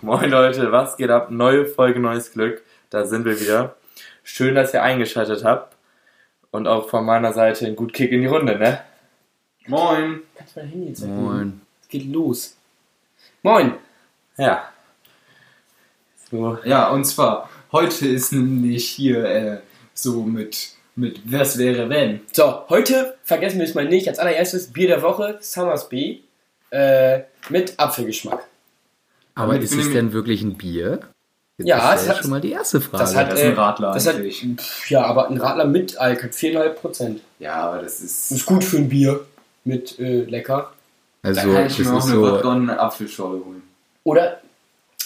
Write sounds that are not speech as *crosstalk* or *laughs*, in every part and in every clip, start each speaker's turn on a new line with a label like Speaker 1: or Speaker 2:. Speaker 1: Moin Leute, was geht ab? Neue Folge, neues Glück. Da sind wir wieder. Schön, dass ihr eingeschaltet habt. Und auch von meiner Seite ein gut Kick in die Runde, ne?
Speaker 2: Moin.
Speaker 3: Kannst du mein Handy zeigen?
Speaker 2: Moin.
Speaker 3: Es geht los. Moin.
Speaker 1: Ja. So.
Speaker 2: Ja, und zwar, heute ist nämlich hier äh, so mit, mit Was wäre wenn?
Speaker 3: So, heute vergessen wir es mal nicht. Als allererstes Bier der Woche, Summersby, äh, mit Apfelgeschmack.
Speaker 4: Aber
Speaker 2: Damit
Speaker 4: ist
Speaker 2: bin
Speaker 4: es
Speaker 2: ich-
Speaker 4: denn wirklich ein Bier? Jetzt
Speaker 3: Ja,
Speaker 4: ist
Speaker 3: es
Speaker 4: ja
Speaker 3: hat-
Speaker 4: schon mal die erste Frage.
Speaker 3: das hat,
Speaker 2: Ah, das ist ein
Speaker 3: äh,
Speaker 2: Radler
Speaker 3: Das hat,
Speaker 2: eigentlich.
Speaker 3: pf, ja, aber ein Radler mit Alk hat 4,5 Prozent.
Speaker 2: Ja, aber das ist.
Speaker 3: Ist gut für ein Bier. Mit äh, lecker.
Speaker 4: also,
Speaker 2: da kann ich
Speaker 4: das
Speaker 2: mir auch
Speaker 4: ist
Speaker 2: eine
Speaker 4: so.
Speaker 2: Wodka und eine Apfelschorle holen.
Speaker 3: Oder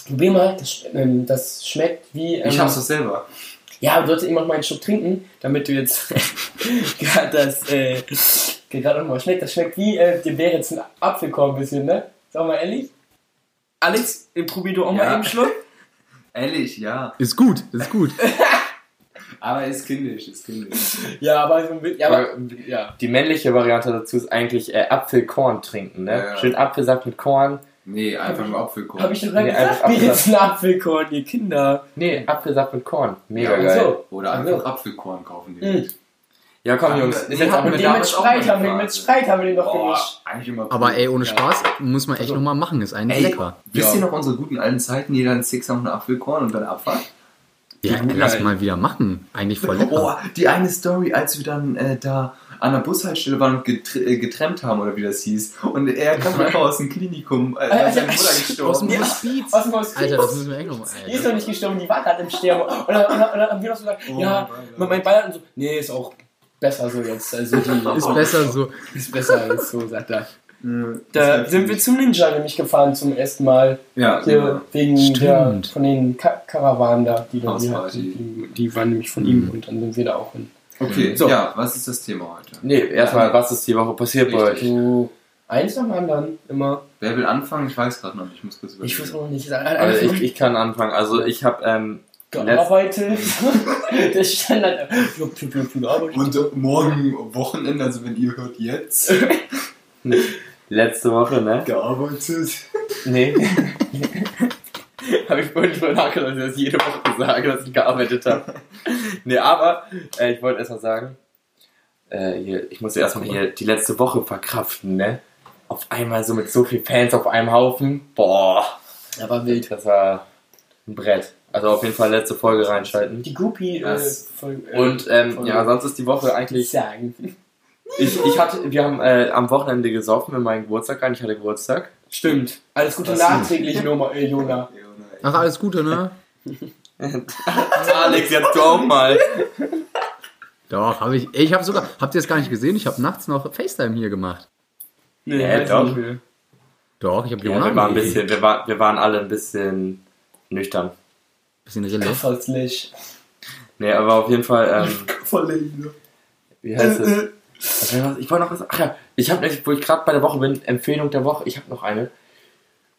Speaker 3: probier mal, das, sch- ähm, das schmeckt wie. Ähm,
Speaker 2: Ich hab's doch selber.
Speaker 3: Ja, aber du solltest irgendwann mal einen Schluck trinken, damit du jetzt *laughs* gerade das, äh, gerade nochmal schmeckt. Das schmeckt wie, äh, dir wäre jetzt ein Apfelkorn ein bisschen, ne? Sag mal ehrlich. Alex, äh, probier du auch mal
Speaker 2: Ja.
Speaker 3: eben einen Schluck.
Speaker 2: Ehrlich, ja.
Speaker 4: Ist gut, ist gut.
Speaker 2: Aber ist kindisch, ist kindisch.
Speaker 3: Ja, aber so ein bisschen, ja, aber, ja.
Speaker 1: Die männliche Variante dazu ist eigentlich äh, Apfelkorn trinken, ne?
Speaker 2: Ja.
Speaker 1: Schön Apfelsaft mit Korn.
Speaker 2: Nee, einfach nur Apfelkorn.
Speaker 3: Hab ich doch gerade
Speaker 1: Nee,
Speaker 2: also
Speaker 3: gesagt,
Speaker 1: einfach
Speaker 3: wie jetzt ein Apfelkorn, ihr Kinder.
Speaker 1: Nee,
Speaker 2: Mhm.
Speaker 1: Apfelsaft mit Korn. Mega
Speaker 3: Ja,
Speaker 1: geil.
Speaker 3: ach so.
Speaker 2: Oder einfach Apfelkorn kaufen direkt.
Speaker 1: Ja, komm, Jungs.
Speaker 2: Nee,
Speaker 1: Ist jetzt auch
Speaker 2: haben wir
Speaker 3: Und
Speaker 1: mit
Speaker 3: den
Speaker 2: damals
Speaker 3: mit
Speaker 2: auch
Speaker 3: Spreit
Speaker 2: mal
Speaker 3: haben wir, mit
Speaker 2: gefragt.
Speaker 3: Spreit haben wir den doch
Speaker 2: Boah,
Speaker 3: gemischt.
Speaker 2: eigentlich immer cool.
Speaker 4: Aber ey, ohne Spaß muss man echt nochmal machen. Ist eigentlich
Speaker 2: Ey,
Speaker 4: lecker.
Speaker 2: Wisst
Speaker 3: Ja.
Speaker 2: ihr noch unsere guten alten Zeiten? Jeder einen Sixer und einen Apfelkorn und dann Abfahrt?
Speaker 4: Ja,
Speaker 3: guten
Speaker 4: lass
Speaker 3: Alten.
Speaker 4: mal wieder machen. Eigentlich voll
Speaker 2: Oh,
Speaker 4: lecker.
Speaker 2: die eine Story, als wir dann äh, da an der Bushaltestelle waren und getr äh, getrennt haben, oder wie das hieß. Und er kam einfach aus dem Klinikum, äh, da ist seine Mutter
Speaker 4: Aus
Speaker 2: gestorben.
Speaker 4: dem
Speaker 3: Ja.
Speaker 4: Hospiz.
Speaker 3: Aus dem Hospiz.
Speaker 4: Alter, das müssen wir echt nochmal.
Speaker 3: Die ist doch nicht gestorben, die war gerade im Sterben. Und dann, und dann, und dann haben wir noch so gesagt,
Speaker 2: Oh,
Speaker 3: ja,
Speaker 2: mein Beileid.
Speaker 3: mein Beileid und so, nee, ist auch besser so jetzt. Also die *laughs*
Speaker 4: Ist besser so.
Speaker 3: ist besser als so, sagt er.
Speaker 2: Mhm, das
Speaker 3: Da
Speaker 2: heißt
Speaker 3: sind wir
Speaker 2: nicht.
Speaker 3: zum Ninja nämlich gefahren zum ersten Mal.
Speaker 2: Ja,
Speaker 3: Hier
Speaker 2: genau.
Speaker 3: wegen der,
Speaker 4: Stimmt.
Speaker 3: von den Ka Karawanen da, die dann hier
Speaker 2: Hausparty.
Speaker 3: die, die waren nämlich von
Speaker 2: Mhm.
Speaker 3: ihm und dann sind wir da auch hin.
Speaker 2: Okay,
Speaker 1: So.
Speaker 2: ja, was ist das Thema heute?
Speaker 1: Nee, erstmal, was ist die Woche passiert bei euch?
Speaker 2: Richtig.
Speaker 3: Du, eins nach dem anderen, immer.
Speaker 2: Wer will anfangen? Ich weiß gerade noch nicht, ich muss kurz überlegen.
Speaker 3: Ich weiß noch nicht, sagen.
Speaker 1: Also ich, ich kann anfangen. Also ich habe ähm,
Speaker 3: gearbeitet. *laughs* halt- Der Standard. Flup, flup, flup, flup, gearbeitet.
Speaker 2: und äh, morgen Wochenende, also wenn ihr hört jetzt,
Speaker 1: letzte Woche, ne?
Speaker 2: gearbeitet.
Speaker 1: Nee. *laughs* habe ich vorhin schon nachgedacht, dass ich das jede Woche sage, dass ich gearbeitet habe. Nee, aber äh, ich wollte erst mal sagen, äh, hier, ich muss ja erstmal hier die letzte Woche verkraften, ne? Auf einmal so mit so vielen Fans auf einem Haufen. Boah,
Speaker 3: Ja, war wild.
Speaker 1: das war ein Brett. Also auf jeden Fall letzte Folge reinschalten.
Speaker 3: Die Groupie äh,
Speaker 2: Das-
Speaker 3: voll, äh,
Speaker 1: Und ähm, ja,
Speaker 3: was
Speaker 1: sonst ist die Woche
Speaker 3: will ich
Speaker 1: eigentlich.
Speaker 3: sagen?
Speaker 1: Ich, ich hatte, wir haben äh, am Wochenende gesoffen in meinen Geburtstag rein. Ich hatte Geburtstag.
Speaker 3: *laughs* Stimmt. Alles Gute
Speaker 2: Was?
Speaker 3: nachträglich, Noma, äh, Jona.
Speaker 4: Ach, alles Gute, ne?
Speaker 1: Alex, jetzt du auch mal.
Speaker 4: Doch, habe ich. Ich habe sogar. Habt ihr es gar nicht gesehen? Ich habe nachts noch FaceTime hier gemacht.
Speaker 3: Nee,
Speaker 1: Ja,
Speaker 3: weiß
Speaker 1: doch.
Speaker 3: nicht mehr.
Speaker 4: Doch, ich habe
Speaker 1: Ja, wir,
Speaker 4: Jonas
Speaker 1: waren ein bisschen, wir, war, wir waren alle ein bisschen nüchtern.
Speaker 4: bisschen Rille.
Speaker 3: Kafferslich.
Speaker 1: Nee, aber auf jeden Fall, ähm,
Speaker 2: Verlegen.
Speaker 1: *laughs* wie heißt es? Was war das? Ich wollte noch was. Ach ja, ich habe nämlich, wo ich gerade bei der Woche bin, Empfehlung der Woche, ich habe noch eine.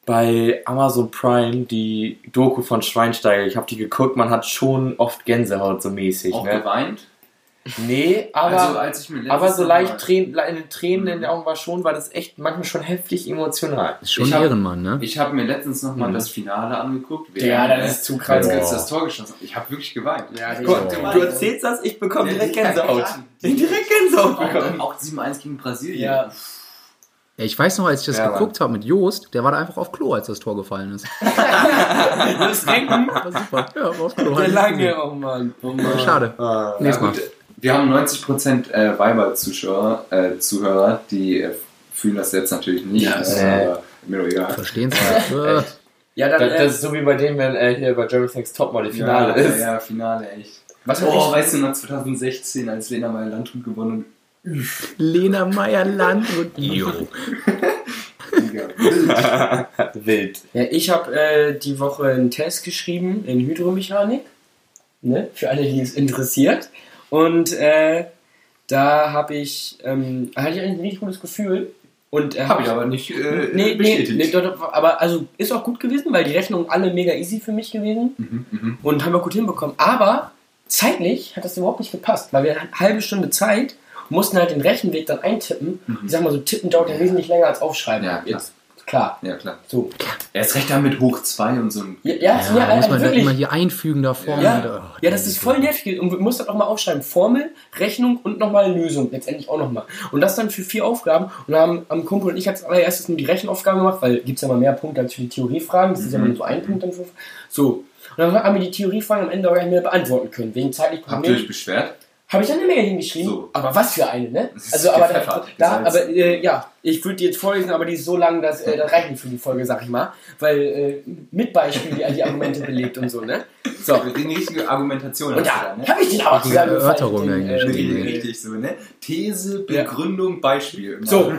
Speaker 1: Bei Amazon Prime die Doku von Schweinsteiger. Ich habe die geguckt, man hat schon oft Gänsehaut so mäßig.
Speaker 2: Auch
Speaker 1: Ne?
Speaker 2: geweint?
Speaker 1: Nee, aber,
Speaker 2: also, als ich mir letztes
Speaker 1: aber so
Speaker 2: Mal-
Speaker 1: leicht Tränen, le- eine Tränen in den Augen war schon, weil das echt manchmal schon heftig emotional.
Speaker 4: Ist schon
Speaker 2: Ich
Speaker 4: ein
Speaker 2: hab-
Speaker 4: Ehrenmann, ne?
Speaker 2: Ich habe mir letztens nochmal
Speaker 1: Mhm.
Speaker 2: das Finale angeguckt.
Speaker 3: Ja,
Speaker 2: WM,
Speaker 3: das
Speaker 2: ne?
Speaker 3: ist zu krass.
Speaker 2: Als
Speaker 4: Boah.
Speaker 2: Götz das Tor geschossen hat. Ich habe wirklich geweint.
Speaker 3: Ja,
Speaker 2: ich
Speaker 3: Gott,
Speaker 2: hab
Speaker 4: du
Speaker 2: geweint.
Speaker 1: das, ich bekomme
Speaker 2: Ja, die-
Speaker 1: Ich hab direkt Gänsehaut
Speaker 2: Auch, *laughs* dann auch 7-1 gegen Brasilien.
Speaker 3: Ja.
Speaker 4: Ja, Ich weiß noch, als ich das
Speaker 1: Ja,
Speaker 4: geguckt habe mit Joost, der war da einfach auf Klo, als das Tor gefallen ist.
Speaker 3: Das Denken. *laughs*
Speaker 4: War super. Ja, war auf Klo.
Speaker 3: Der lange, oh Mann. Oh Mann.
Speaker 4: Schade.
Speaker 1: Ah.
Speaker 4: Nächstes
Speaker 2: Ja,
Speaker 4: Mal.
Speaker 2: gut, wir haben 90% äh, Weiber-Zuschauer, äh, Zuhörer, die äh, fühlen das jetzt natürlich nicht.
Speaker 3: Ja,
Speaker 2: äh, aber mir doch egal.
Speaker 4: Verstehen Sie nicht. *laughs* Äh,
Speaker 3: Ja, dann,
Speaker 1: Das, das
Speaker 3: äh,
Speaker 1: ist so wie bei dem, wenn äh, hier bei Jeremy Snakes Topmodel Finale
Speaker 2: ja,
Speaker 1: ist.
Speaker 2: Ja, ja, Finale, echt.
Speaker 3: Was hab
Speaker 2: oh,
Speaker 3: ich-
Speaker 2: weißt du noch 2016, als Lena meyer Landrut gewonnen
Speaker 4: Lena Meyer Land und Jo.
Speaker 2: hat? Mega
Speaker 1: *laughs*
Speaker 2: wild.
Speaker 1: Wild.
Speaker 3: ja, ich habe äh, die Woche einen Test geschrieben in Hydromechanik. Ne? Für alle, die es interessiert. Und äh, da habe ich, ähm, hatte ich eigentlich ein richtig gutes Gefühl. Und äh,
Speaker 2: *laughs* Hab ich aber nicht äh,
Speaker 3: Nee, nee,
Speaker 2: bestätigt.
Speaker 3: nee, doch, doch, aber also ist auch gut gewesen, weil die Rechnungen alle mega easy für mich gewesen
Speaker 2: Mhm,
Speaker 3: und haben wir gut hinbekommen. Aber zeitlich hat das überhaupt nicht gepasst, weil wir hatten eine halbe Stunde Zeit mussten halt den Rechenweg dann eintippen. Ich sag mal so, tippen dauert ja wesentlich länger als
Speaker 2: Mhm.
Speaker 3: aufschreiben.
Speaker 2: Ja, klar.
Speaker 3: Jetzt Klar.
Speaker 2: Ja, klar.
Speaker 3: So.
Speaker 2: Er ist recht damit hoch 2 und so ein.
Speaker 3: Ja, ja,
Speaker 4: Ja,
Speaker 3: ja,
Speaker 4: da muss
Speaker 3: Alter,
Speaker 4: man dann
Speaker 3: wirklich.
Speaker 4: immer hier einfügen da vorne.
Speaker 3: Ja.
Speaker 4: Da- oh,
Speaker 3: Ja, das ist voll nervig und du musst dann auch mal aufschreiben. Formel, Rechnung und nochmal Lösung. Letztendlich auch nochmal. Und das dann für vier Aufgaben. Und da haben am Kumpel und ich als allererstes nur die Rechenaufgabe gemacht, weil gibt es ja mal mehr Punkte als für die Theoriefragen. Das ist ja
Speaker 2: Mhm.
Speaker 3: nur so ein Punkt dann für. So. Und dann haben wir die Theoriefragen am Ende aber gar nicht mehr beantworten können. Wegen zeitlich
Speaker 2: Habt ihr
Speaker 3: Problemen.
Speaker 2: euch beschwert?
Speaker 3: Habe ich eine Mail hingeschrieben?
Speaker 2: So.
Speaker 3: Aber was für eine, ne?
Speaker 2: Das ist
Speaker 3: Also, aber da,
Speaker 2: gepfeffert,
Speaker 3: da
Speaker 2: gesalzt.
Speaker 3: aber äh, ja, ich würde die jetzt vorlesen, aber die ist so lang, dass äh, das reicht nicht für die Folge, sag ich mal. Weil äh, mit Beispiel die, die Argumente belegt und so, ne? So.
Speaker 2: Eine richtige Argumentation hast
Speaker 3: Und
Speaker 2: du da,
Speaker 3: da
Speaker 2: ne?
Speaker 3: habe ich den auch
Speaker 4: Eine Erörterung
Speaker 3: zusammengefaltet, den,
Speaker 4: eigentlich.
Speaker 2: Richtig,
Speaker 4: Nee.
Speaker 2: richtig so, ne? These, Begründung, Beispiel. immer.
Speaker 3: So.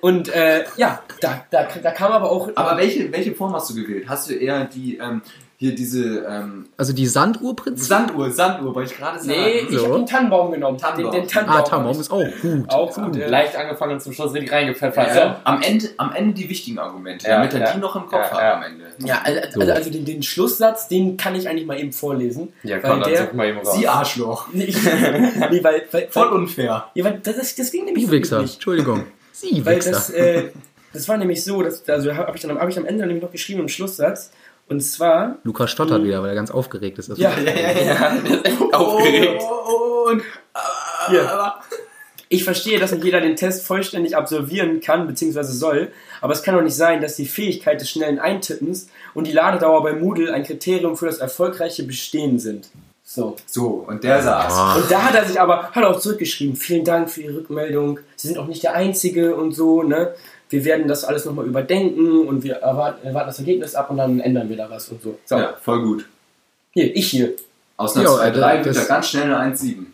Speaker 3: Und äh, ja, da, da, da kam aber auch.
Speaker 2: Aber welche, welche Form hast du gewählt? Hast du eher die, ähm, hier diese ähm,
Speaker 4: Also die Sanduhrprinzip.
Speaker 2: Sanduhr, Sanduhr, wollte ich gerade sagen.
Speaker 3: nee, ich
Speaker 4: So.
Speaker 3: habe den Tannenbaum genommen.
Speaker 2: Tannenbaum.
Speaker 3: Den, den Tannenbaum.
Speaker 4: ah, Tamam ist auch gut.
Speaker 3: Auch gut. Äh,
Speaker 1: Leicht angefangen und zum Schluss richtig reingepfeffert.
Speaker 2: Ja.
Speaker 1: ne?
Speaker 2: Am, Ende, am Ende die wichtigen Argumente,
Speaker 1: Ja,
Speaker 2: damit er
Speaker 1: ja.
Speaker 2: die noch im Kopf
Speaker 1: Ja,
Speaker 2: hat
Speaker 1: ja.
Speaker 2: am Ende.
Speaker 3: ja, also,
Speaker 4: So.
Speaker 3: also, also den, den Schlusssatz, den kann ich eigentlich mal eben vorlesen.
Speaker 1: Ja,
Speaker 3: weil
Speaker 1: komm, dann
Speaker 3: der.
Speaker 1: suchen wir eben raus.
Speaker 2: Sie Arschloch.
Speaker 3: Nee, ich, *laughs* nee, weil, weil,
Speaker 2: Voll unfair.
Speaker 3: Ja, weil das, ist- das ging nämlich
Speaker 4: Sie Wichser.
Speaker 3: nicht.
Speaker 4: Entschuldigung. Sie
Speaker 3: Weil
Speaker 4: Wichser.
Speaker 3: das, äh, das war nämlich so, dass, also habe ich, dann- hab ich am Ende nämlich noch geschrieben im Schlusssatz. Und zwar.
Speaker 4: Lukas stottert wieder, weil er ganz aufgeregt ist. Das
Speaker 3: Mhm. Ja,
Speaker 4: ist-
Speaker 2: ja.
Speaker 1: Aufgeregt.
Speaker 2: Oh, oh, und,
Speaker 3: Hier.
Speaker 2: aber,
Speaker 3: Ich verstehe, dass nicht jeder den Test vollständig absolvieren kann bzw. soll, aber es kann doch nicht sein, dass die Fähigkeit des schnellen Eintippens und die Ladedauer bei Moodle ein Kriterium für das erfolgreiche Bestehen sind. So.
Speaker 2: So, und der saß.
Speaker 4: Ah,
Speaker 3: Und da hat er sich aber, hat er auch zurückgeschrieben, vielen Dank für Ihre Rückmeldung, Sie sind auch nicht der Einzige und so, ne? Wir werden das alles nochmal überdenken und wir erwarten, erwarten das Ergebnis ab und dann ändern wir da was und so. So,
Speaker 2: Ja, voll gut.
Speaker 3: hier, ich hier.
Speaker 2: Aus einer
Speaker 4: Ja,
Speaker 2: 2-3 wird
Speaker 4: das-
Speaker 2: er ganz schnell eine 1-7.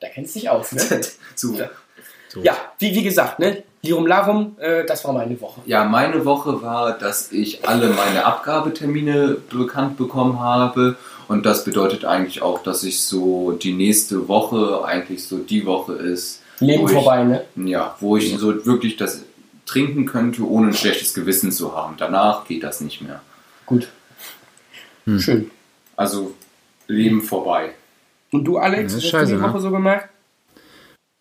Speaker 3: Da kennst du dich aus, ne?
Speaker 2: *laughs* so.
Speaker 3: Ja.
Speaker 4: *laughs* so.
Speaker 3: Ja, wie, wie gesagt, ne? Lirum Larum, äh, das war meine Woche.
Speaker 2: Ja, meine Woche war, dass ich alle meine Abgabetermine bekannt bekommen habe. Und das bedeutet eigentlich auch, dass ich so die nächste Woche eigentlich so die Woche ist,
Speaker 3: Leben
Speaker 2: Ruhig.
Speaker 3: vorbei, ne?
Speaker 2: ja, wo ich so wirklich das trinken könnte, ohne ein schlechtes Gewissen zu haben. Danach geht das nicht mehr.
Speaker 3: Gut.
Speaker 4: Hm.
Speaker 3: Schön.
Speaker 2: Also Leben vorbei.
Speaker 3: Und du, Alex,
Speaker 4: Ja,
Speaker 3: was
Speaker 4: ist
Speaker 3: hast
Speaker 4: scheiße,
Speaker 3: du die
Speaker 4: ne?
Speaker 3: Woche so gemacht?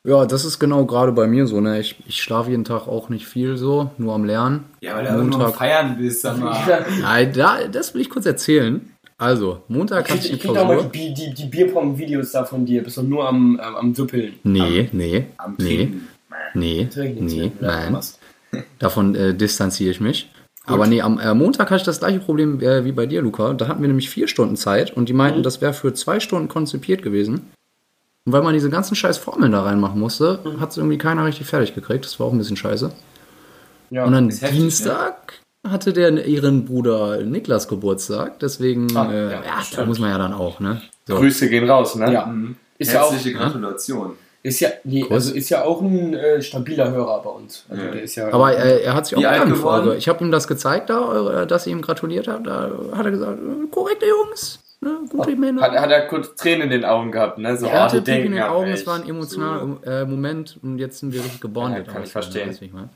Speaker 4: Ja, das ist genau gerade bei mir so. Ne? Ich, ich schlafe jeden Tag auch nicht viel so, nur am Lernen.
Speaker 2: Ja, weil du immer nur am Feiern bist, sag
Speaker 4: Ah,
Speaker 2: mal.
Speaker 4: Nein, da, das will ich kurz erzählen. Also, Montag hatte
Speaker 3: Ich,
Speaker 4: ich eine
Speaker 3: ich krieg doch mal die,
Speaker 4: Klausur.
Speaker 3: Bi- die, die Bierpong-Videos da von dir. Bist doch nur am, am, am Düppeln.
Speaker 4: Nee, nee,
Speaker 2: Am
Speaker 4: nee,
Speaker 2: Trinken.
Speaker 4: nee,
Speaker 3: Trinken,
Speaker 4: nee,
Speaker 3: trinken, ja, *laughs*
Speaker 4: nein.
Speaker 3: was.
Speaker 4: Davon äh, distanziere ich mich. Aber nee, am äh, Montag hatte ich das gleiche Problem äh, wie bei dir, Luca. Da hatten wir nämlich vier Stunden Zeit und die meinten,
Speaker 3: Mhm.
Speaker 4: das wäre für zwei Stunden konzipiert gewesen. Und weil man diese ganzen scheiß Formeln da reinmachen musste,
Speaker 3: Mhm.
Speaker 4: hat es irgendwie keiner richtig fertig gekriegt. Das war auch ein bisschen scheiße.
Speaker 3: Ja. ne?
Speaker 4: und dann
Speaker 2: ist heftig,
Speaker 4: Dienstag hatte der ihren Bruder Niklas Geburtstag. Deswegen,
Speaker 3: Ah,
Speaker 4: äh,
Speaker 3: ja,
Speaker 4: ja, da muss man ja dann auch, ne? So.
Speaker 1: Grüße gehen raus, ne?
Speaker 3: Ja.
Speaker 4: Mhm.
Speaker 3: Ist ja auch,
Speaker 2: Herzliche Gratulation.
Speaker 3: ist ja, nee,
Speaker 4: Kuss.
Speaker 3: also ist ja auch ein äh, stabiler Hörer bei uns. Also
Speaker 2: Ja.
Speaker 3: der ist ja.
Speaker 4: Aber äh, er hat sich auch
Speaker 2: Wie alt
Speaker 4: bedankt.
Speaker 2: geworden?
Speaker 4: Also, ich habe ihm das gezeigt, da, äh, dass ich ihm gratuliert habe. Da hat er gesagt, äh, korrekte Jungs, ne? gute Männer.
Speaker 1: Oh, Hat, hat er kurz Tränen in den Augen gehabt, ne? So,
Speaker 4: Er
Speaker 1: oh, die
Speaker 4: hatte Pipi
Speaker 1: denken
Speaker 4: in den
Speaker 1: an
Speaker 4: Augen,
Speaker 1: mich.
Speaker 4: es war ein emotionaler äh, Moment und jetzt sind wir richtig gebondet.
Speaker 1: Ja, kann ich
Speaker 4: Also,
Speaker 1: verstehen.
Speaker 4: weiß, wie ich meine.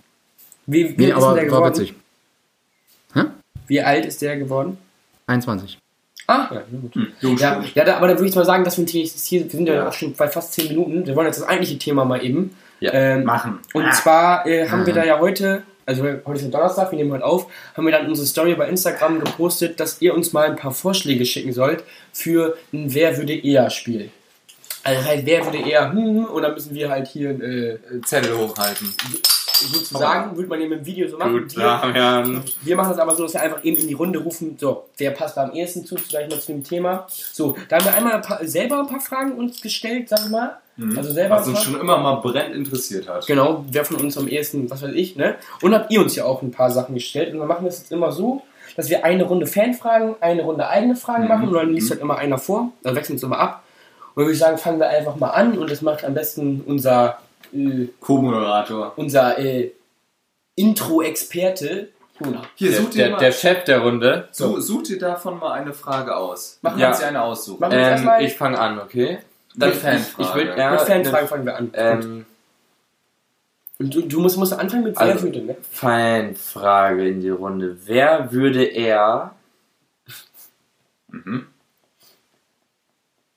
Speaker 3: wie, wie
Speaker 4: Nee,
Speaker 3: ist denn
Speaker 4: aber
Speaker 3: der
Speaker 4: war
Speaker 3: geworden?
Speaker 4: witzig. Hä?
Speaker 3: Wie alt ist der geworden?
Speaker 4: 21.
Speaker 3: Ah, ja, na gut.
Speaker 2: Jungspund.
Speaker 3: Ja, ja da, aber da würde ich mal sagen, dass wir ein Thema- hier, wir sind ja,
Speaker 2: Hm. Ja.
Speaker 3: auch schon bei fast 10 Minuten. Wir wollen jetzt das eigentliche Thema mal eben
Speaker 1: Ja,
Speaker 3: ähm,
Speaker 2: Machen. Ah.
Speaker 3: Und zwar äh, haben wir da ja heute, also heute ist ja Donnerstag, wir nehmen heute auf, haben wir dann unsere Story bei Instagram gepostet, dass ihr uns mal ein paar Vorschläge schicken sollt für ein Wer würde eher Spiel. Also das heißt, wer würde eher, hm, und dann müssen wir halt hier äh,
Speaker 2: Zettel hochhalten.
Speaker 3: sozusagen, würde man eben im Video so machen.
Speaker 1: Gut,
Speaker 3: wir,
Speaker 1: Damian.
Speaker 3: wir machen das aber so, dass wir einfach eben in die Runde rufen, so, wer passt da am ehesten zu, vielleicht mal zu dem Thema. So, da haben wir einmal ein paar, selber ein paar Fragen uns gestellt, sag ich mal. Also selber
Speaker 2: Was
Speaker 3: ein
Speaker 2: uns
Speaker 3: paar-
Speaker 2: schon immer mal brennend interessiert hat.
Speaker 3: Genau, wer von uns am ehesten, was weiß ich, ne? Und habt ihr uns ja auch ein paar Sachen gestellt. Und wir machen das jetzt immer so, dass wir eine Runde Fanfragen, eine Runde eigene Fragen machen und dann liest halt immer einer vor. Dann wechseln wir uns immer ab. Und würde ich sagen, fangen wir einfach mal an und das macht am besten unser, äh,
Speaker 2: Co-Moderator.
Speaker 3: unser äh, Intro-Experte. Kuna.
Speaker 2: Hier,
Speaker 1: Der,
Speaker 2: such dir,
Speaker 1: der,
Speaker 2: mal,
Speaker 1: der Chef der Runde.
Speaker 2: so. such dir davon mal eine Frage aus.
Speaker 3: Machen
Speaker 1: wir
Speaker 2: Kannst
Speaker 1: ja.
Speaker 2: dir eine aussuchen.
Speaker 3: Machen wir jetzt
Speaker 1: Ähm,
Speaker 3: erstmal
Speaker 1: ich fange an, okay? Ähm,
Speaker 2: Dann
Speaker 1: ich,
Speaker 2: Fanfrage.
Speaker 1: Ich, ich würd, ja,
Speaker 3: mit Fanfragen
Speaker 1: eine-
Speaker 3: fangen wir an.
Speaker 1: Ähm,
Speaker 3: und du, du musst, musst anfangen mit
Speaker 1: Also-
Speaker 3: wer würde, ne?
Speaker 1: Fanfrage in die Runde. Wer würde eher
Speaker 2: Mhm.